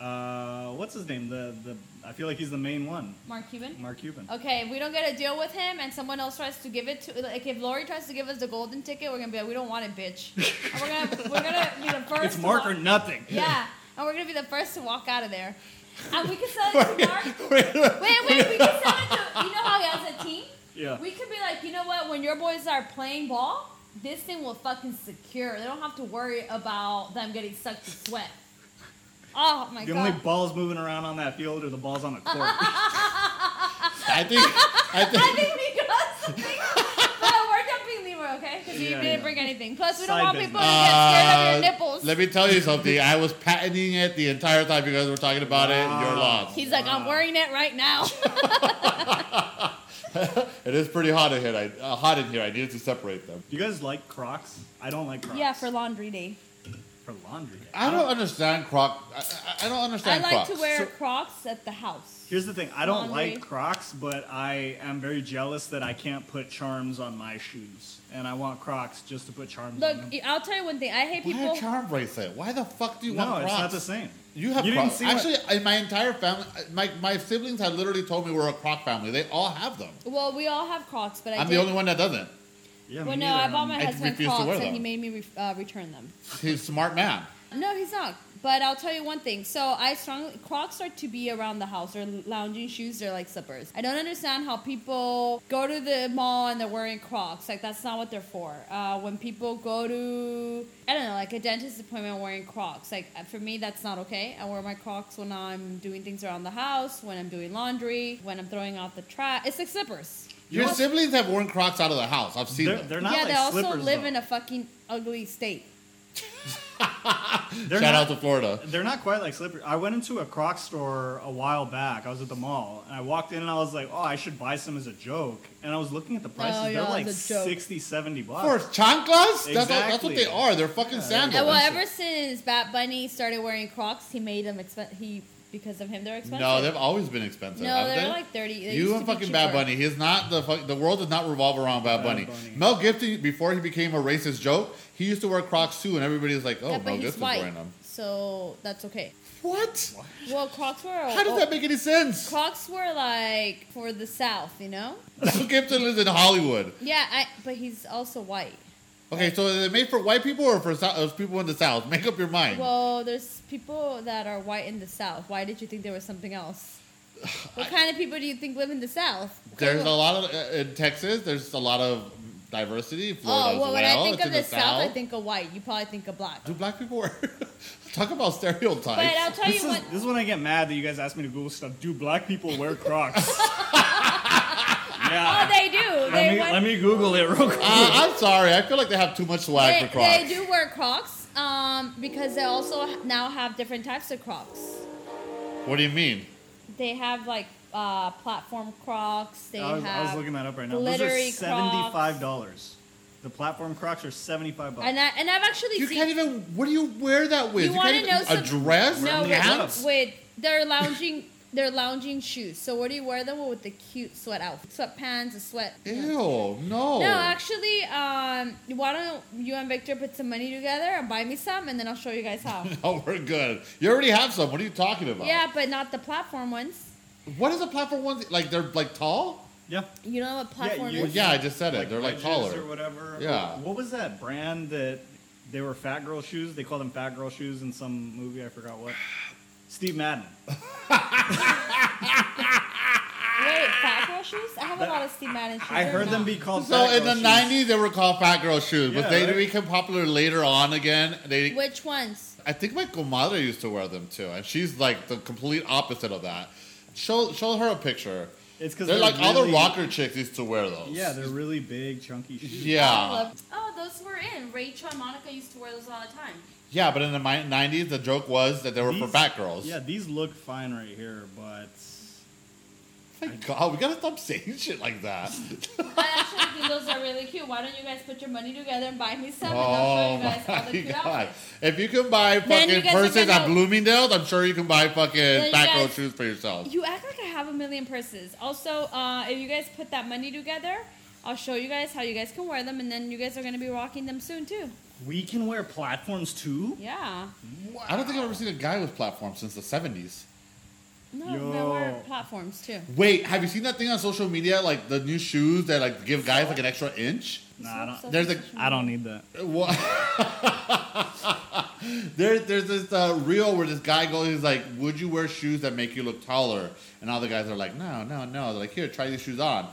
C: uh, what's his name? The the I feel like he's the main one.
B: Mark Cuban.
C: Mark Cuban.
B: Okay, if we don't get a deal with him, and someone else tries to give it to, like if Lori tries to give us the golden ticket, we're gonna be like, we don't want it, bitch. And we're gonna we're gonna be the first.
C: It's
B: to
C: Mark
B: walk-
C: or nothing.
B: yeah, and we're gonna be the first to walk out of there. And we can sell it to Mark.
A: Wait,
B: Wait, wait, we can sell it to. You know how as a team,
C: Yeah.
B: we could be like, you know what? When your boys are playing ball, this thing will fucking secure. They don't have to worry about them getting sucked to sweat. Oh my
C: The
B: god.
C: only balls moving around on that field are the balls on the court.
A: I think I
B: I
A: think
B: think we got something. no, we're dumping Leroy, okay? Because you
C: Yeah,
B: didn't
C: yeah.
B: bring anything. Plus, we don't
C: Side
B: want
C: business.
B: people to get scared of
A: Uh,
B: your nipples.
A: Let me tell you something. I was patenting it the entire time you guys were talking about it. You're
C: Wow.
A: lost.
B: He's like, I'm wearing it right now.
A: It is pretty hot in here. I, uh, hot in here. I needed to separate them.
C: Do you guys like Crocs? I don't like Crocs.
B: yeah, for laundry day.
C: for laundry. Uh,
A: I don't understand Croc. I, I- I don't
B: I
A: understand.
B: like
A: Crocs.
B: to wear
C: So-
B: Crocs at the house.
C: Here's the thing. I don't
B: Laundry.
C: like Crocs, but I am very jealous that I can't put charms on my shoes, and I want Crocs just to put charms.
B: Look,
C: on them.
B: I'll tell you one thing. I hate
A: Why
B: people.
A: a charm bracelet? Why the fuck do you
C: no,
A: want
C: it's
A: Crocs?
C: not the same.
A: You have
C: You didn't
A: Crocs.
C: see what-
A: Actually, in my entire family, my, my siblings have literally told me we're a Croc family. They all have them.
B: Well, we all have Crocs, but I
A: I'm
B: did.
A: the only one that doesn't.
C: Yeah,
B: Well,
C: me
B: no,
C: neither.
B: I bought
C: Um,
B: my
A: I
B: husband
A: refuse to
B: Crocs,
A: wear
B: and
A: them.
B: he made me re- uh, return them.
A: He's a smart man.
B: No, he's not. But I'll tell you one thing. So I strongly Crocs are to be around the house. They're lounging shoes. They're like slippers. I don't understand how people go to the mall and they're wearing Crocs. Like that's not what they're for. Uh, when people go to I don't know, like a dentist appointment wearing Crocs. Like uh, for me, that's not okay. I wear my Crocs when I'm doing things around the house, when I'm doing laundry, when I'm throwing out the trash. It's like slippers.
A: Your siblings have worn Crocs out of the house. I've seen
C: They're,
A: them.
C: they're not
B: yeah,
C: like
B: they also
C: slippers,
B: live
C: though.
B: in a fucking ugly state.
C: They're
A: Shout
C: not-
A: out to Florida.
C: They're not quite like slippers. I went into a Croc store a while back. I was at the mall and I walked in and I was like, "Oh, I should buy some as a joke." And I was looking at the prices.
B: Oh, yeah,
C: they're like
B: as a joke.
C: 60, 70 bucks.
A: For chanclas? That's, what- that's what
C: Exactly.
A: they are. They're fucking sandals.
B: And well, ever since Bat Bunny started wearing Crocs, he made them expen- He because of him, they're expensive.
A: no, they've always been expensive.
B: No,
A: haven't
B: they're
A: they?
B: like thirty. They used
A: You
B: to
A: and
B: be
A: fucking Bad
B: cheaper.
A: Bunny. He's not the fuck, the world does not revolve around Bad
C: Bad
A: Bunny.
C: Bunny.
A: Mel Gibson before he became a racist joke, he used to wear Crocs too, and everybody was like, "Oh,
B: Yeah, but
A: Mel
B: he's
A: Gibson's
B: white,
A: wearing them."
B: so that's okay.
A: What?
B: Well, Crocs were. oh,
A: How does that make any sense?
B: Crocs were like for the South, you know.
A: Mel Gibson lives in Hollywood.
B: Yeah, I, but he's also white.
A: Okay, so is it made for white people or for sou- uh, people in the South? Make up your mind.
B: Well, there's people that are white in the South. Why did you think there was something else? What kind of people do you think live in the South?
A: there's a lot of uh, in Texas. There's a lot of diversity. Florida
B: Oh well,
A: as well.
B: when I think
A: It's
B: of
A: in
B: the South, I think of white. You probably think of black.
A: do black people wear? Talk about stereotypes.
B: But I'll tell
C: This
B: you
C: is,
B: what.
C: this is when I get mad that you guys ask me to Google stuff. Do black people wear Crocs?
B: Oh,
C: yeah.
B: they do. They
C: let, me,
B: went-
C: let me Google it real quick.
A: Uh, I'm sorry. I feel like they have too much swag
B: they,
A: for Crocs.
B: they do wear Crocs um, because they also ha- now have different types of Crocs.
A: What do you mean?
B: They have like uh, platform Crocs. They
C: I was,
B: have.
C: I was looking that up right now. Those
B: glittery
C: are seventy-five dollars. The platform Crocs are seventy-five bucks.
B: and I and I've actually
A: You
B: seen.
A: can't even. What do you wear that with?
B: You wanna
A: can't even-
B: know some-
A: a dress?
B: no,
C: Yeah.
A: pants?
B: wait, wait, they're lounging. They're lounging shoes. So what do you wear them with? With the cute sweat outfit, sweatpants, a sweat.
A: Ew, no.
C: Oh.
B: No, actually, um, why don't you and Victor put some money together and buy me some, and then I'll show you guys how.
A: No, we're good. You already have some. What are you talking about?
B: yeah, but not the platform ones.
A: What is a platform one? Like they're like tall?
C: yeah.
B: You know what platform?
C: you-
A: Well,
B: is?
A: yeah, I just said it. they're like
C: wedges
A: taller.
C: or whatever.
A: Yeah.
C: What was that brand that they were fat girl shoes? They called them fat girl shoes in some movie. I forgot what. Steve Madden.
D: fat girl shoes? I have a lot of Steve Madden shoes.
C: I
D: They're
C: heard them
D: not-
C: be called.
A: So
C: fat
A: in the
C: girl shoes.
A: '90s, they were called fat girl shoes, but
C: Yeah,
A: they
C: right.
A: became popular later on again. They,
B: Which ones?
A: I think my comadre used to wear them too, and she's like the complete opposite of that. Show show her a picture.
C: It's
A: They're,
C: because they're
A: like all the
C: really-
A: rocker chicks used to wear those.
C: Yeah, they're really big, chunky shoes.
D: I
A: yeah,
D: love-
B: Oh, those were in. Rachel and Monica used to wear those all the time.
A: yeah. But in the mi- '90s, the joke was that they were for
C: These-
A: fat girls.
C: Yeah, these look fine right here, but
A: Thank God, we gotta stop saying shit like that.
D: I actually think those are really cute. Why don't you guys put your money together and buy me some? and I'll show
A: oh
D: you guys all the
A: my
D: cute
A: God!
D: outfits.
A: If you can buy
B: Then you
A: fucking
B: guys are
A: purses
B: gonna-
A: at Bloomingdale's, I'm sure you can buy
B: Then
A: fucking
B: you
A: fat girl
B: guys-
A: shoes for yourself.
B: You act like I have a million purses. Also, uh, if you guys put that money together, I'll show you guys how you guys can wear them, and then you guys are gonna be rocking them soon too.
C: we can wear platforms too.
B: Yeah.
A: I don't think I've ever seen a guy with platforms since the '70s.
B: No, there were
C: Yo.
B: platforms too.
A: Wait, have you seen that thing on social media, like the new shoes that like give guys like an extra inch?
C: Nah, I don't.
D: So-
A: There's a
C: I don't need that.
A: what? there, there's this uh, reel where this guy goes, he's like, "Would you wear shoes that make you look taller?" And all the guys are like, "No, no, no." They're like, "Here, try these shoes on,"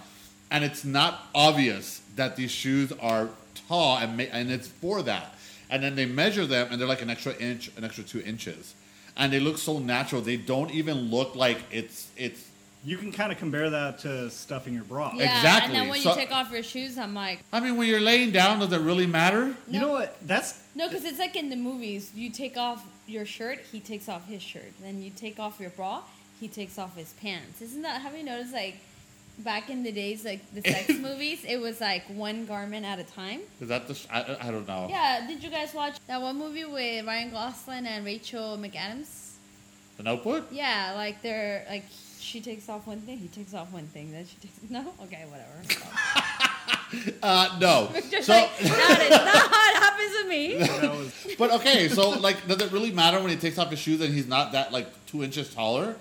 A: and it's not obvious that these shoes are tall, and ma- and it's for that. And then they measure them, and they're like an extra inch, an extra two inches, and they look so natural. They don't even look like it's it's
C: You can kind of compare that to stuffing your bra.
B: Yeah,
A: Exactly.
B: and then when
A: So-
B: you take off your shoes, I'm like,
A: I mean, when you're laying down, does it really matter?
C: You know what? That's
B: no, because it's like in the movies. You take off your shirt, he takes off his shirt. Then you take off your bra, he takes off his pants. Isn't that? Have you noticed like? Back in the days, like the sex movies, it was like one garment at a time.
A: Is that the? Sh- I, I- I don't know.
B: Yeah, did you guys watch that one movie with Ryan Gosling and Rachel McAdams?
A: The Notebook.
B: Yeah, like they're like she takes off one thing, he takes off one thing, then she takes no. Okay, whatever.
A: Uh, no.
B: Just
A: so,
B: like that is not how it happens with me.
C: that was
A: but okay. So, like, does it really matter when he takes off his shoes and he's not that like two inches taller?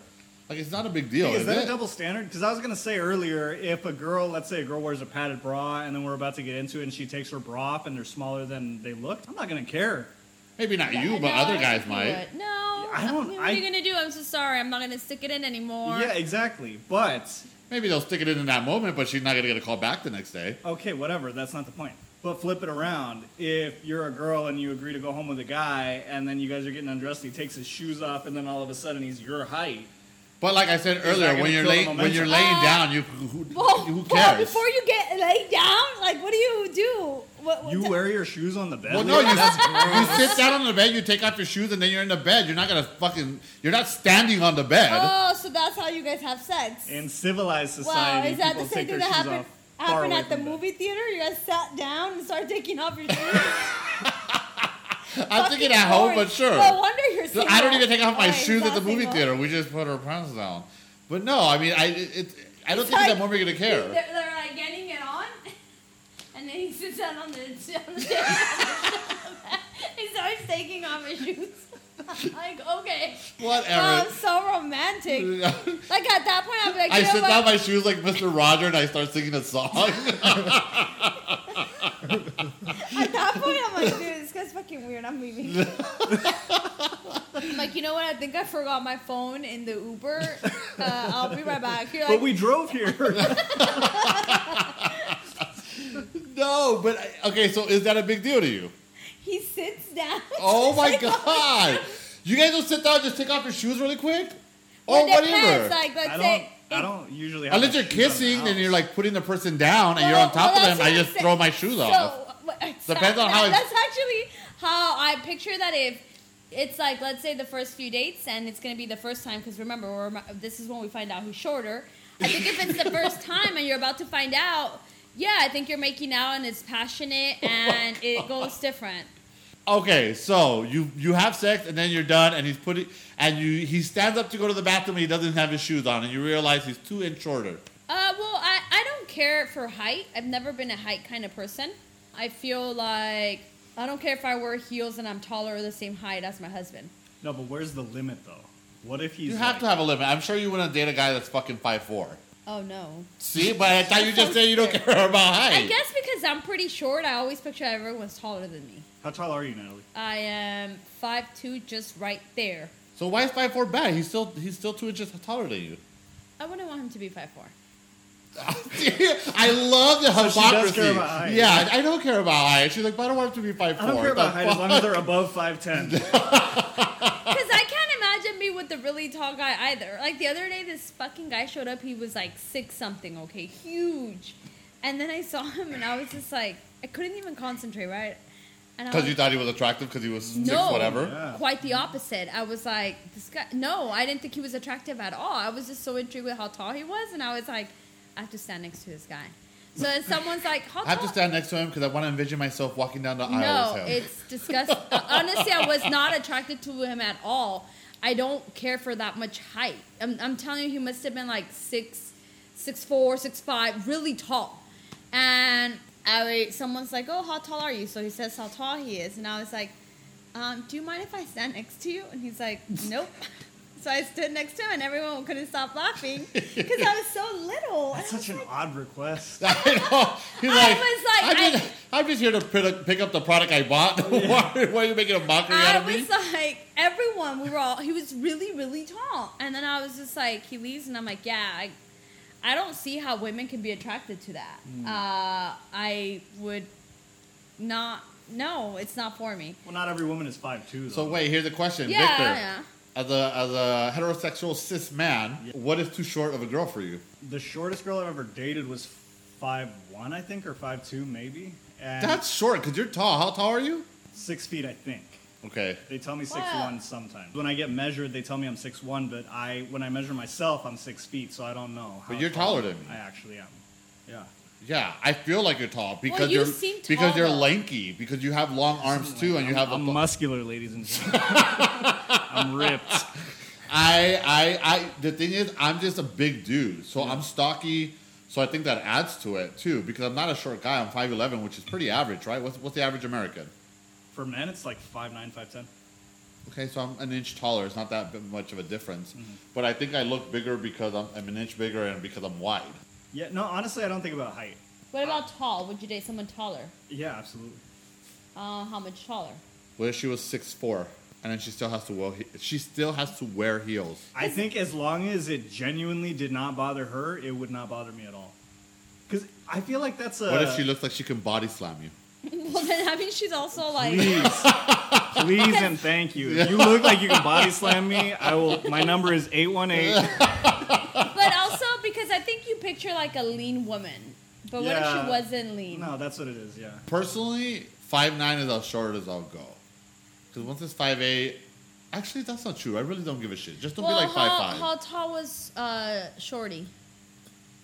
A: Like, it's not a big deal.
C: Hey,
A: is
C: is that
A: it?
C: a double standard? Because I was gonna say earlier, if a girl, let's say a girl wears a padded bra, and then we're about to get into it, and she takes her bra off, and they're smaller than they looked, I'm not gonna care.
A: Maybe not you, but
B: No,
A: other
B: I
A: guys
B: think you
A: might.
B: would. No,
C: I don't-
B: mean, what
C: I-
B: are you gonna do? I'm so sorry. I'm not gonna stick it in anymore.
C: Yeah, exactly. But
A: Maybe they'll stick it in in that moment, but she's not gonna get a call back the next day.
C: okay, whatever. That's not the point. But flip it around. If you're a girl and you agree to go home with a guy, and then you guys are getting undressed, he takes his shoes off, and then all of a sudden he's your height.
A: But like I said earlier,
C: gonna
A: when you're
C: kill the
A: laying when you're
C: momentum.
A: laying
B: Uh,
A: down, you who,
B: Well,
A: who
B: well,
A: cares?
B: before you get laid down, like what do you do? What, what
C: You
B: ti-
C: wear your shoes on the bed.
A: Well, no, you,
C: Leroy? That's gross.
A: you sit down on the bed, you take off your shoes, and then you're in the bed. You're not gonna fucking. You're not standing on the bed.
B: Oh, so that's how you guys have sex.
C: In civilized
B: Wow,
C: society,
B: is that
C: people
B: the same
C: take
B: thing
C: their
B: that
C: shoes
B: happened
C: off far
B: happened
C: away
B: at the
C: from bed.
B: movie theater? You guys sat down and started taking off your shoes.
A: I'm thinking at home, but sure.
B: No wonder you're
A: So
B: single.
A: I don't even take off my
B: Alright,
A: shoes
B: he's
A: at the
B: not
A: movie
B: single.
A: theater. We just put our pants down. But no, I mean, I it, it- I don't
B: It's
A: think at that
B: like-
A: moment you're gonna
B: They're,
A: care.
B: they're like getting it on, and then he sits down on the. On the he starts taking off his shoes. like okay, oh,
A: Whatever.
B: I'm so romantic. Like at that point, I'm like,
A: I
B: you know
A: sit down
B: what?
A: my shoes like Mr. Roger, and I start singing a song.
B: At that point, I'm like, dude, this guy's fucking weird. I'm leaving. I'm like, you know what? I think I forgot my phone in the Uber. Uh, I'll be right back. You're like,
C: But we drove here.
A: no, but I- okay. So is that a big deal to you?
B: he sits down.
A: Oh my god! You guys don't sit down, and just take off your shoes really quick, or
B: Well, it
A: Oh, whatever.
B: depends, Like, let's
C: I
B: say.
C: don't. I don't usually. Have
A: Unless
C: my
A: you're
C: shoes on in the
A: kissing, then
C: house.
A: you're like putting the person down, and you're on
B: Well,
A: top
B: well,
A: of
B: that's
A: them. I
B: what
A: just
B: I'm
A: throw
B: saying.
A: my shoes off.
B: So what-
A: Depends on how
B: that-
A: it-
B: That's actually how I picture that if it's like let's say the first few dates and it's gonna be the first time because remember we're, this is when we find out who's shorter. I think if it's the first time and you're about to find out, yeah, I think you're making out and it's passionate and it goes different.
A: Okay, so you you have sex and then you're done, and he's putting and you he stands up to go to the bathroom and he doesn't have his shoes on, and you realize he's two inch shorter.
B: Uh, well, I, I don't care for height. I've never been a height kind of person. I feel like I don't care if I wear heels and I'm taller or the same height as my husband.
C: No, but where's the limit though? What if he's
A: You have
C: like,
A: to have a limit. I'm sure you wouldn't date a guy that's fucking five four.
B: Oh no.
A: See, but I thought you just said you don't care about height.
B: I guess because I'm pretty short, I always picture everyone's taller than me.
C: How tall are you, Natalie?
B: I am five two, just right there.
A: So why is five four bad? He's still he's still two inches taller than you.
B: I wouldn't want him to be five four.
A: I love the
C: So she does care
A: hypocrisy.
C: about height.
A: yeah, I don't care about height. She's like, but I don't want it to be five
C: I don't care about height as long as they're above five ten.
B: Because I can't imagine me with the really tall guy either. Like the other day, this fucking guy showed up. He was like six something, okay, huge. And then I saw him, and I was just like, I couldn't even concentrate, right? And I
A: Because
B: was-
A: you thought he was attractive because he was
B: No.
A: six whatever.
C: Yeah.
B: quite the opposite. I was like, this guy. No, I didn't think he was attractive at all. I was just so intrigued with how tall he was, and I was like, I have to stand next to this guy. So then someone's like, how
A: I have to
B: tall-
A: stand next to him because I want to envision myself walking down the aisle
B: No,
A: with him.
B: it's disgusting. Honestly, I was not attracted to him at all. I don't care for that much height. I'm, I'm telling you, he must have been like six, six four, six five, really tall. And I, someone's like, "Oh, how tall are you?" So he says how tall he is, and I was like, um, "Do you mind if I stand next to you?" And he's like, "Nope." So I stood next to him, and everyone couldn't stop laughing because I was so little. And
C: That's
B: I
C: such an odd request.
A: I know. He's
B: I
A: like,
B: was like,
A: I'm,
B: I-
A: just, I'm just here to pick- pick up the product I bought. why, why are you making a mockery out
B: I
A: of me?
B: was like, everyone, we were all, he was really, really tall. And then I was just like, he leaves, and I'm like, yeah, I, I don't see how women can be attracted to that.
A: Hmm.
B: Uh, I would not, no, it's not for me.
C: Well, not every woman is five two.
A: So wait, here's a question,
B: Yeah,
A: Victor.
B: yeah.
A: As a as a heterosexual cis man, what is too short of a girl for you?
C: the shortest girl I've ever dated was five one, I think, or five two, maybe, and
A: That's short because you're tall. How tall are you?
C: six feet, I think.
A: Okay.
C: They tell me six
D: Wow.
C: one sometimes. When I get measured, they tell me I'm six one, but I when I measure myself, I'm six feet, so I don't know.
A: But you're taller than me.
C: I actually am. Yeah.
A: Yeah, I feel like you're tall because
B: you
A: are
B: seem
A: because
B: tall,
A: you're
B: though.
A: lanky because you have long arms too, and you have
C: I'm, I'm
A: a.
C: muscular, ladies and gentlemen. I'm ripped.
A: I I I. The thing is, I'm just a big dude, so I'm stocky. So I think that adds to it too because I'm not a short guy. I'm five eleven, which is pretty average, right? What's what's the average American?
C: For men, it's like five nine, five ten.
A: Okay, so I'm an inch taller. It's not that b- much of a difference, but I think I look bigger because I'm, I'm an inch bigger and because I'm wide.
C: Yeah. No, honestly, I don't think about height.
D: What about tall? Would you date someone taller?
C: Yeah, absolutely.
D: Uh, how much taller?
A: What if she was six four, and then she still has to wear he- she still has to wear heels?
C: I think as long as it genuinely did not bother her, it would not bother me at all. Because I feel like that's a.
A: What if she looks like she can body slam you?
B: Well, then, I mean, she's also like,
C: Please, please, and thank you. If you look like you can body slam me, I will. My number is eight one eight.
B: but also because I think you picture like a lean woman. But what if
C: Yeah.
B: she wasn't lean?
C: No, that's what it is. Yeah.
A: Personally, five nine is as short as I'll go, because once it's five eight, actually that's not true. I really don't give a shit. Just don't
B: Well,
A: be like
B: how,
A: five five.
B: how tall was uh, Shorty?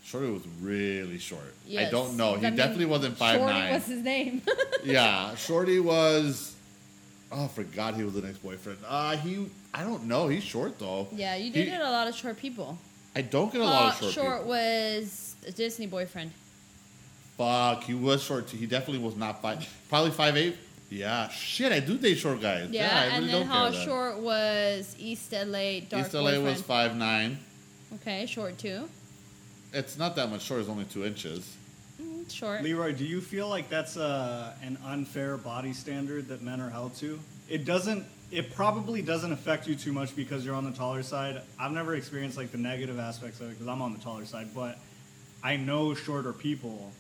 A: Shorty was really short. I
B: Yes.
A: don't know.
B: I
A: He
B: mean,
A: definitely wasn't five
B: Shorty
A: nine.
B: was his name.
A: yeah, Shorty was. Oh, I forgot he was an ex-boyfriend. Uh, he, I don't know. He's short though.
B: yeah, you
A: He-
B: dated a lot of short people.
A: I don't get a lot of
B: Uh,
A: short. people.
B: was a Disney boyfriend.
A: Fuck, he was short. too. He definitely was not five. Probably five eight. Yeah, shit. I do date short guys.
B: Yeah,
A: I
B: and
A: really
B: then
A: don't
B: how
A: care. Short
B: short was East LA dark
A: East LA was
B: boyfriend?
A: five nine.
B: okay, short too.
A: It's not that much short. It's only two inches.
B: Mm, short.
C: Leroy, do you feel like that's a, an unfair body standard that men are held to? It doesn't. It probably doesn't affect you too much because you're on the taller side. I've never experienced like the negative aspects of it because I'm on the taller side, but I know shorter people,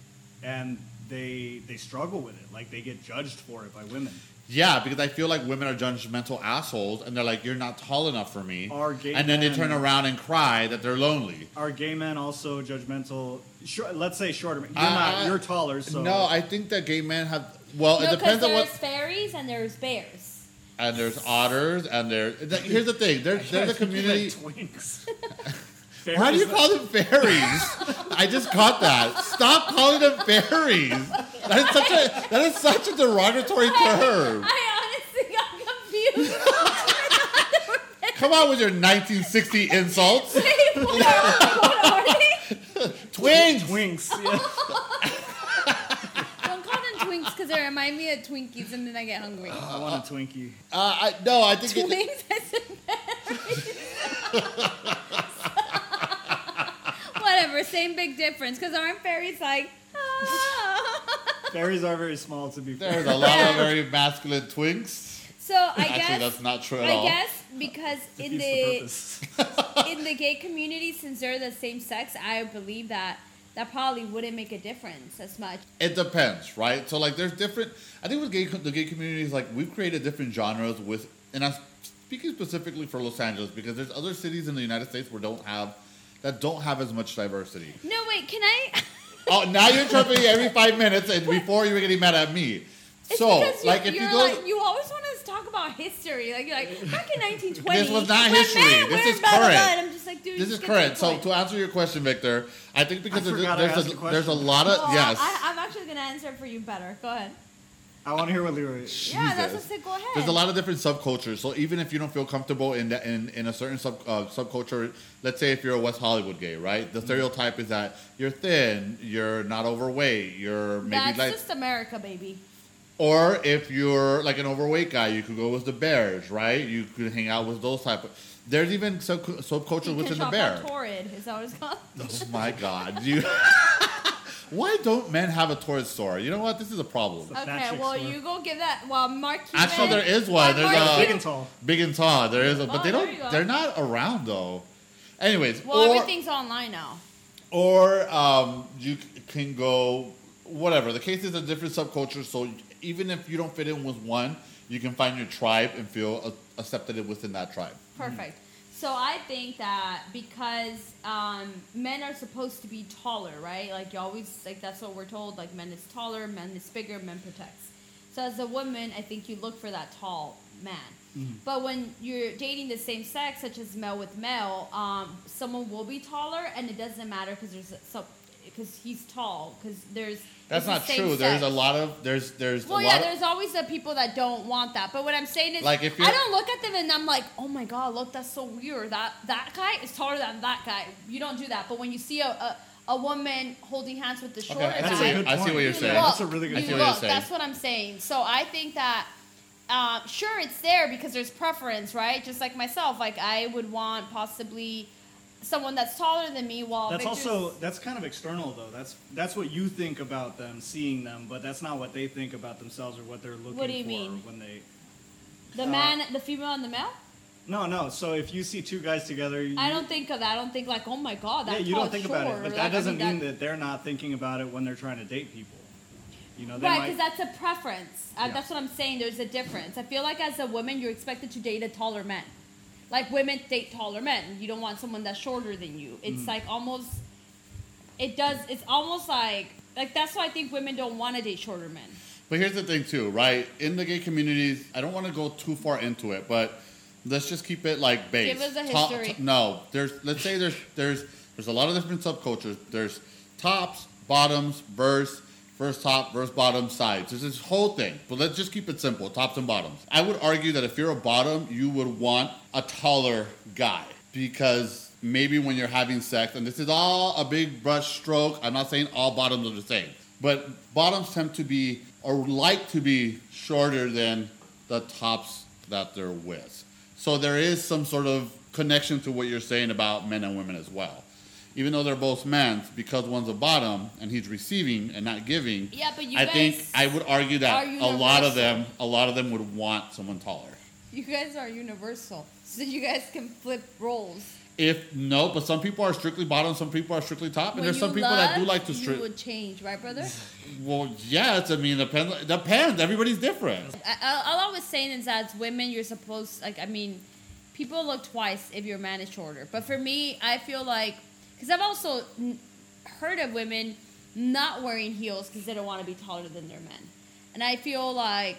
C: and they they struggle with it. Like they get judged for it by women.
A: Yeah, because I feel like women are judgmental assholes, and they're like, "You're not tall enough for me,"
C: Are gay
A: and then they
C: men-
A: turn around and cry that they're lonely.
C: Are gay men also judgmental? Shor- let's say shorter. men. You're
A: Uh,
C: not.
A: uh,
C: You're taller, so
A: No, I think that gay men have. Well,
B: no,
A: it
B: because
A: depends on
B: there's
A: what.
B: fairies and there's bears.
A: And there's otters, and there. th- Here's the thing: there, there's a community.
C: Twinks.
A: Why do you call them fairies? I just caught that. Stop calling them fairies. That is such a that is such a derogatory term.
B: I honestly got confused.
A: Come on with your 1960 insults,
B: What are they?
A: twins.
C: twinks? Yeah.
B: Don't call them twinks because they remind me of Twinkies, and then I get hungry.
C: I want a Twinkie.
A: Uh, I, no, I think it,
B: Twinks. I said berries. Whatever, same big difference. Because aren't fairies like? "Ah."
C: Fairies are very small, to be fair.
A: there's a lot of very masculine twinks.
B: So I
A: Actually,
B: guess
A: that's not true at
B: I
A: all.
B: guess because in
C: Defeats
B: the
C: purpose.
B: in the gay community, since they're the same sex, I believe that that probably wouldn't make a difference as much.
A: It depends, right? So like, there's different. I think with gay co- the gay community is like we've created different genres with, and I'm speaking specifically for Los Angeles because there's other cities in the United States where don't have that don't have as much diversity.
B: No, wait, can I?
A: Oh, now you're interrupting me every five minutes, and before you were getting mad at me.
B: It's
A: so,
B: because you,
A: like, if
B: you're
A: you go,
B: like, you always want us to talk about history. Like, you're like back in 1920.
A: This was not
B: when
A: history.
B: men
A: This
B: were
A: is
B: blah, blah, blah,"
A: current.
B: and I'm just like, dude,
A: this is
B: just get to the
A: correct. So,
B: point.
A: to answer your question, Victor, I think because
C: I forgot I
A: there's,
C: asked
A: there's,
C: a
A: a,
C: question.
A: there's a lot of
B: Well,
A: yes,
B: I, I'm actually gonna answer it for you better. Go ahead.
C: I want to hear what
B: Yeah,
C: Leroy.
B: that's what I
A: Jesus.
B: said. Go ahead.
A: There's a lot of different subcultures. So even if you don't feel comfortable in that in, in a certain sub uh, subculture, let's say if you're a West Hollywood gay, right?
B: Mm-hmm.
A: The stereotype is that you're thin, you're not overweight, you're maybe
B: That's
A: like,
B: just America, baby.
A: or if you're like an overweight guy, you could go with the Bears, right? You could hang out with those type. Of, there's even sub subculture
B: You
A: within
B: can
A: the
B: shop
A: Bear.
B: on Torrid. Is that what it's called?
A: Oh my God! You, why don't men have a Taurus store? You know what? This is a problem.
C: Fat
B: Okay,
C: chick
B: well,
C: store.
B: you go give that. Well, Mark Cuban.
A: Actually, there is one. There's
B: Mark
A: a
C: Big and tall.
A: big and tall. There is, a, but
B: Oh,
A: they
B: there
A: don't.
B: you go.
A: They're not around though. Anyways,
B: Well,
A: or
B: everything's online now.
A: or um, you c- can go whatever. The case is a different subculture, so even if you don't fit in with one, you can find your tribe and feel a- accepted within that tribe.
B: Perfect. So I think that because um, men are supposed to be taller, right? Like you always like that's what we're told. Like men is taller, men is bigger, men protects. So as a woman, I think you look for that tall man.
A: Mm-hmm.
B: But when you're dating the same sex, such as male with male, um, someone will be taller, and it doesn't matter because there's some because he's tall because there's
A: That's
B: it's the
A: not
B: same
A: true. There's
B: sex.
A: a lot of there's there's
B: Well,
A: a
B: yeah,
A: lot.
B: there's always the people that don't want that. But what I'm saying is,
A: Like, if
B: I
A: you're-
B: don't look at them and I'm like, oh my god, look, that's so weird. That that guy is taller than that guy. You don't do that. But when you see a a, a woman holding hands with the
A: of,
B: shorter
A: okay, I
B: guy,
A: see,
C: a
A: what-
C: good
A: I see
C: point.
A: what you're
B: you
A: saying.
B: look.
C: That's a really good
A: I
B: You
A: see what
B: look.
A: you're saying.
B: That's what I'm saying. So I think that. Um, sure, it's there because there's preference, right? Just like myself, like I would want possibly someone that's taller than me. While
C: That's
B: Victor's-
C: also that's kind of external though. That's that's what you think about them seeing them, but that's not what they think about themselves or what they're looking
B: do you
C: for
B: mean?
C: when they. uh,
B: the man, the female, and the male.
C: No, no. So if you see two guys together, you,
B: I don't think of that. I don't think like, oh my god,
C: Yeah,
B: that
C: you
B: tall
C: don't think
B: short.
C: about it, but
B: Like,
C: that
B: I
C: doesn't mean
B: that-
C: that they're not thinking about it when they're trying to date people. You know, they
B: Right,
C: might.
B: because that's a preference. Uh,
C: Yeah.
B: That's what I'm saying. There's a difference. I feel like as a woman, you're expected to date a taller man. Like women date taller men. You don't want someone that's shorter than you. It's
C: Mm.
B: like almost. It does. It's almost like like that's why I think women don't want to date shorter men.
A: But here's the thing, too, right? In the gay communities, I don't want to go too far into it, but let's just keep it like base.
B: Give us a
A: Top-
B: history.
A: no, there's. Let's say there's there's there's a lot of different subcultures. There's tops, bottoms, verse, first top, verse bottom, sides. There's this whole thing. But let's just keep it simple: tops and bottoms. I would argue that if you're a bottom, you would want a taller guy because. Maybe when you're having sex, and this is all a big brush stroke. I'm not saying all bottoms are the same, but bottoms tend to be or like to be shorter than the tops that they're with. So there is some sort of connection to what you're saying about men and women as well. Even though they're both men, because one's a bottom and he's receiving and not giving.
B: Yeah, but you
A: I think
B: guys
A: I would argue that
B: are
A: a lot of
B: universal.
A: them, a lot of them would want someone taller.
B: You guys are universal, so you guys can flip roles.
A: If no, but some people are strictly bottom, some people are strictly top, and
B: When
A: there's some
B: you
A: people that do
B: love,
A: like to
B: you
A: strip.
B: would change, right, brother?
A: Well, yes, I mean depends. Depends. Everybody's different.
B: I, I, all I was saying is that as women, you're supposed like I mean, people look twice if your man is shorter. But for me, I feel like because I've also n- heard of women not wearing heels because they don't want to be taller than their men, and I feel like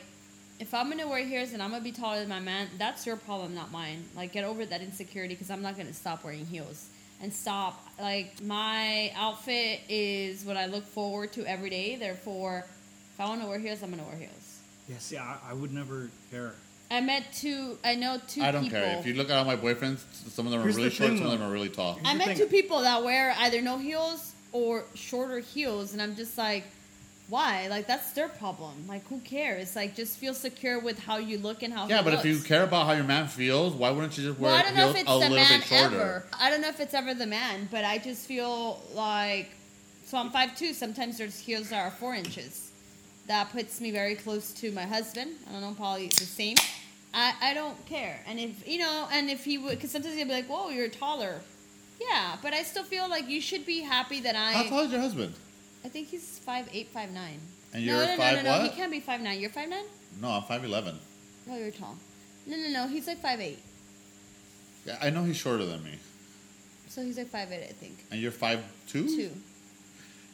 B: if I'm gonna wear heels and I'm gonna be taller than my man, that's your problem, not mine. Like get over that insecurity because I'm not gonna stop wearing heels and stop. Like my outfit is what I look forward to every day. Therefore, if I want to wear heels, I'm gonna wear heels.
C: yeah, see, I, I would never care.
B: I met two. I know two.
A: I don't
B: people.
A: care. If you look at all my boyfriends, some of them are
C: Here's
A: really
C: the
A: short,
C: thing,
A: some of
C: though.
A: them are really tall.
B: I
C: Here's the
B: met
C: thing.
B: two people that wear either no heels or shorter heels, and I'm just like, why? Like that's their problem. Like who cares? Like just feel secure with how you look and how.
A: Yeah,
B: he
A: but if you
B: looks.
A: care about how your man feels, why wouldn't you just wear
B: Well, I don't know
A: heels
B: if it's
A: a
B: the
A: little
B: man
A: bit shorter?
B: ever. I don't know if it's ever the man, but I just feel like so I'm five two. Sometimes there's heels that are four inches. That puts me very close to my husband. I don't know, probably the same. I, I don't care, and if you know, and if he would, because sometimes he'd be like, "Whoa, you're taller."
D: Yeah, but I still feel like you should be happy that I.
A: How tall is your husband?
D: I think he's five eight, five nine.
A: And
D: no,
A: you're
D: no, no,
A: five
D: no, no,
A: what?
D: He can't be five nine. You're five nine?
A: No, I'm five eleven.
D: No, you're tall. No, no, no. He's like five eight.
A: Yeah, I know he's shorter than me.
D: So he's like five eight, I think.
A: And you're five two.
D: Two.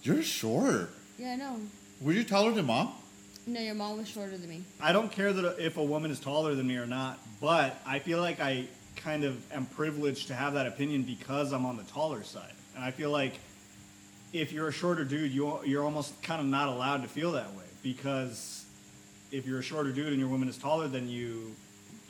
A: You're short.
D: Yeah, I know.
A: Were you taller than mom?
D: No, your mom was shorter than me.
C: I don't care that if a woman is taller than me or not, but I feel like I kind of am privileged to have that opinion because I'm on the taller side, and I feel like if you're a shorter dude, you you're almost kind of not allowed to feel that way because if you're a shorter dude and your woman is taller than you,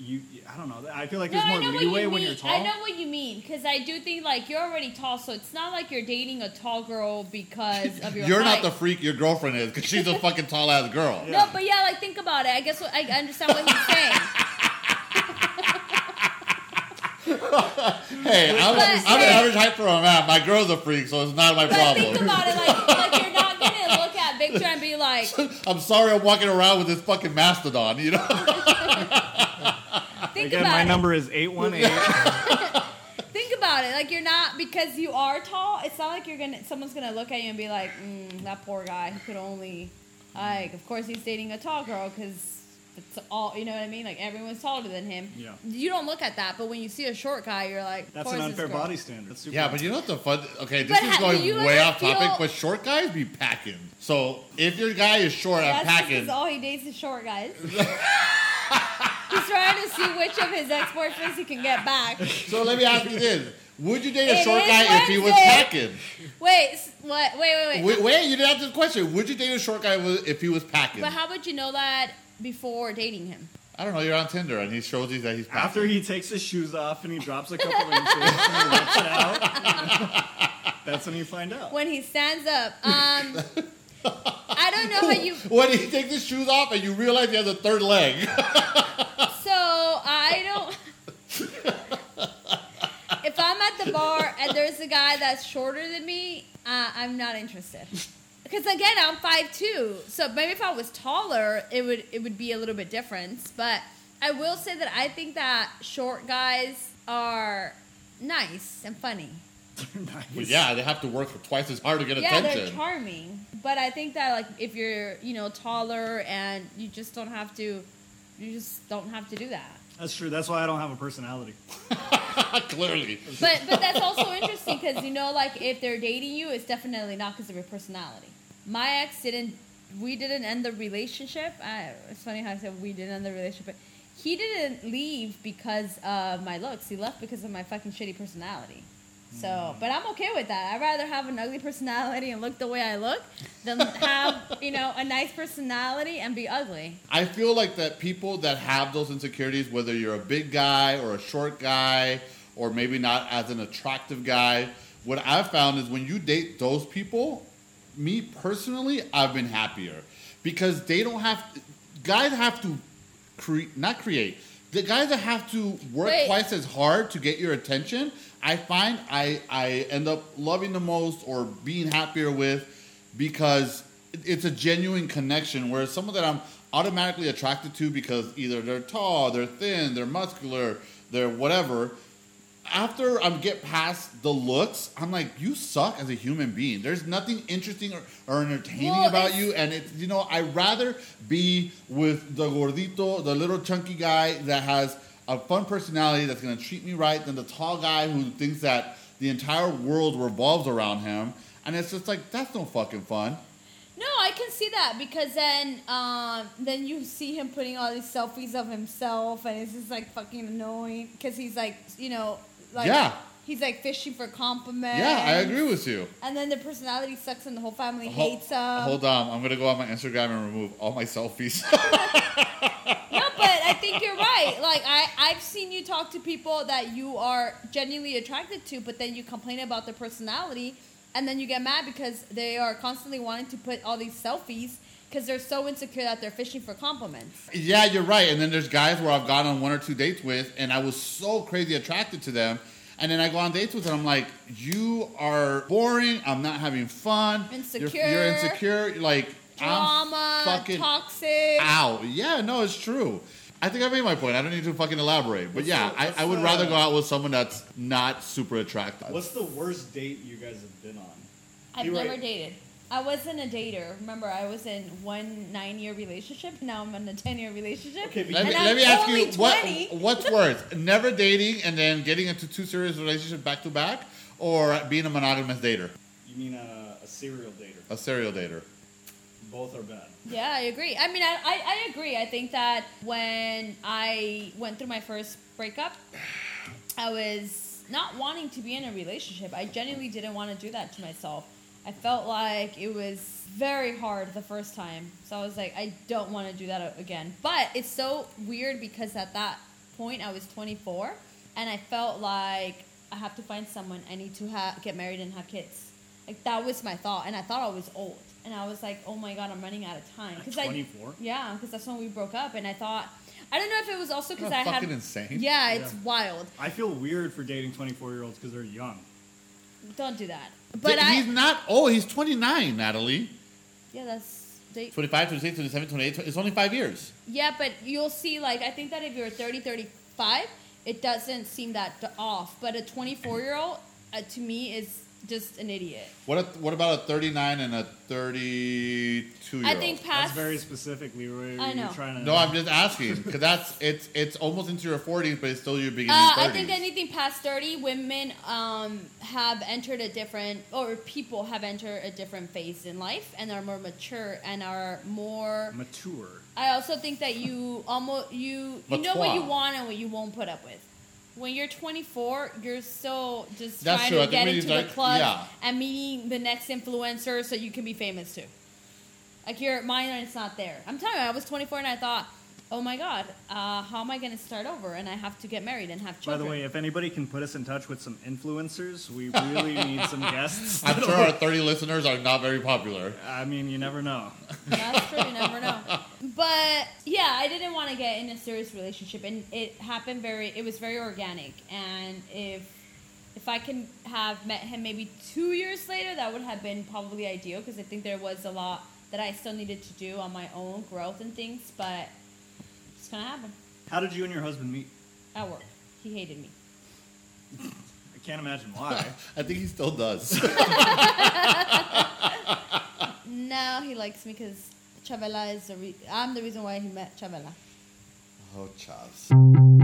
C: you I don't know. I feel like
B: No,
C: there's
B: I
C: more
B: know what you
C: leeway
B: mean.
C: when you're tall.
B: I know what you mean because I do think like you're already tall, so it's not like you're dating a tall girl because of your.
A: You're not
B: height.
A: the freak your girlfriend is because she's a fucking tall ass girl.
C: Yeah.
B: No, but yeah, like think about it. I guess what, I I understand what he's saying.
A: Hey, I'm,
B: But-
A: I'm an average height for a man. My girl's a freak, so it's not my
B: But think
A: problem.
B: about it, like, like you're not gonna look at Victor and be like,
A: I'm sorry I'm walking around with this fucking mastodon, you know?
B: think
C: Again,
B: about
C: my
B: it.
C: number is eight one eight.
B: think about it. Like you're not because you are tall. It's not like you're gonna someone's gonna look at you and be like, mm, that poor guy who could only, like, of course he's dating a tall girl because it's all you know what I mean. Like everyone's taller than him.
C: Yeah.
B: You don't look at that, but when you see a short guy, you're like, of
C: That's
B: course this
C: an unfair
B: girl.
C: body standard. That's super
A: Yeah, but you know what the fun? Okay, this
B: But
A: is
B: ha- do
A: going
B: you
A: way
B: ever
A: off topic.
B: feel-
A: But short guys be packing. So if your guy is short, I'm
B: That's just
A: packing.
B: 'cause all he dates is short guys. He's trying to see which of his ex-boyfriends he can get back.
A: So let me ask you this: Would you date a
B: It
A: short
B: is
A: guy if he was
B: Wednesday.
A: packing?
B: Wait, s- what? Wait, wait, wait.
A: Wait, wait, you didn't answer the question. Would you date a short guy wi- if he was packing?
B: But how would you know that before dating him?
A: I don't know. You're on Tinder, and he shows you that he's packing.
C: After he takes his shoes off and he drops a couple inches and he rips it out, that's when you find out.
B: When he stands up, um, I don't know how you.
A: when he takes his shoes off, and you realize he has a third leg.
B: So I don't. If I'm at the bar and there's a guy that's shorter than me, uh, I'm not interested. Because again, I'm 5'2". So maybe if I was taller, it would it would be a little bit different. But I will say that I think that short guys are nice and funny.
C: Nice.
A: Well, yeah, they have to work twice as hard to get
B: yeah, they're
A: attention.
B: charming. But I think that like if you're you know taller and you just don't have to, you just don't have to do that.
C: That's true. That's why I don't have a personality.
A: Clearly,
B: But but that's also interesting because you know like if they're dating you, it's definitely not because of your personality. My ex didn't. We didn't end the relationship. I, it's funny how I said we didn't end the relationship, but he didn't leave because of my looks. He left because of my fucking shitty personality. So, but I'm okay with that. I'd rather have an ugly personality and look the way I look than have, you know, a nice personality and be ugly.
A: I feel like that people that have those insecurities, whether you're a big guy or a short guy, or maybe not as an attractive guy, what I've found is when you date those people, me personally, I've been happier because they don't have, guys have to create, not create, the guys that have to work
B: Wait.
A: twice as hard to get your attention, I find I, I end up loving the most or being happier with because it's a genuine connection. Whereas someone that I'm automatically attracted to because either they're tall, they're thin, they're muscular, they're whatever. After I get past the looks, I'm like, you suck as a human being. There's nothing interesting or, or entertaining
B: Well,
A: about
B: it's-
A: you. And it's, you know, I'd rather be with the gordito, the little chunky guy that has a fun personality that's going to treat me right than the tall guy who thinks that the entire world revolves around him. And it's just like, that's no fucking fun.
B: No, I can see that because then, um, then you see him putting all these selfies of himself, and it's just like fucking annoying because he's like, you know, like
A: Yeah.
B: he's like fishing for compliments.
A: Yeah, I agree with you.
B: And then the personality sucks, and the whole family
A: Hol-
B: hates um, him.
A: Hold on, I'm gonna go on my Instagram and remove all my selfies.
B: No, but I think you're right. Like I, I've seen you talk to people that you are genuinely attracted to, but then you complain about their personality, and then you get mad because they are constantly wanting to put all these selfies because they're so insecure that they're fishing for compliments.
A: yeah, you're right. And then there's guys where I've gone on one or two dates with, and I was so crazy attracted to them. And then I go on dates with, and I'm like, "You are boring. I'm not having fun. You're- You're,
B: Insecure.
A: insecure. Like
B: drama,
A: I'm fucking
B: toxic.
A: out. Yeah, no, it's true. I think I made my point. I don't need to fucking elaborate. But
C: What's
A: yeah,
C: the-
A: I,
C: what's
A: I would
C: the-
A: rather go out with someone that's not super attractive.
C: What's the worst date you guys have been on?
B: I've
C: You're
B: never
C: right.
B: dated. I wasn't a dater. Remember, I was in one nine-year relationship. Now I'm in a ten-year relationship.
C: Okay, but
A: let me,
B: and
A: let
B: I'm
A: me ask
B: only
A: you what
B: 20.
A: what's worse, never dating and then getting into two serious relationships back to back, or being a monogamous dater,
C: You mean a, a serial dater?
A: a serial dater?
C: Both are bad.
B: Yeah, I agree. I mean, I, I, I agree. I think that when I went through my first breakup, I was not wanting to be in a relationship. I genuinely didn't want to do that to myself. I felt like it was very hard the first time. So I was like, I don't want to do that again. But it's so weird because at that point, I was 24 and I felt like I have to find someone. I need to ha- get married and have kids. Like that was my thought, and I thought I was old, and I was like, "Oh my god, I'm running out of time."
C: At
B: I-
C: 24?
B: yeah, because that's when we broke up, and I thought, I don't know if it was also because
A: Isn't that
B: I had
A: fucking insane?
B: Yeah, it's
C: Yeah.
B: wild.
C: I feel weird for dating 24 year olds because they're young.
B: Don't do that. But
A: Th-
B: I
A: he's not. Oh, he's twenty nine, Natalie.
B: yeah, that's date.
A: 25, 26, 27, 28. tw- It's only five years.
B: Yeah, but you'll see. Like I think that if you're 30, 35, it doesn't seem that d- off. But a 24 year old, uh, to me, is just an idiot.
A: What a, what about a thirty nine and a thirty two year
B: I
A: old?
B: think
C: That's
B: past
C: very specific, Leroy.
B: I know.
C: You're trying to,
A: No, I'm just asking because that's it's it's almost into your forties, but it's still your beginning
B: Uh, I
A: thirties.
B: think anything past 30, women um, have entered a different, or people have entered a different phase in life and are more mature and are more.
C: mature.
B: I also think that you almost you you know
A: Mature.
B: what you want and what you won't put up with. When you're 24, you're still just
A: That's
B: trying
A: true. I
B: to
A: think
B: get
A: we need
B: into
A: to,
B: the
A: like,
B: club
A: yeah.
B: and meeting the next influencer so you can be famous too. Like your mine and it's not there. I'm telling you, I was 24 and I thought, oh my god, uh, how am I going to start over? And I have to get married and have
C: By
B: children.
C: the way, if anybody can put us in touch with some influencers, we really need some guests.
A: I'm sure our thirty listeners are not very popular.
C: I mean, you never know.
B: That's true. You never know. But yeah, I didn't want to get in a serious relationship, and it happened very. It was very organic, and if if I can have met him maybe two years later, that would have been probably ideal because I think there was a lot that I still needed to do on my own growth and things. But it's gonna happen
C: How did you and your husband meet?
B: at work. He hated me.
C: I can't imagine why.
A: I think he still does.
B: Now he likes me because Chavela is the. Re- I'm the reason why he met Chavela.
A: oh, Chavs.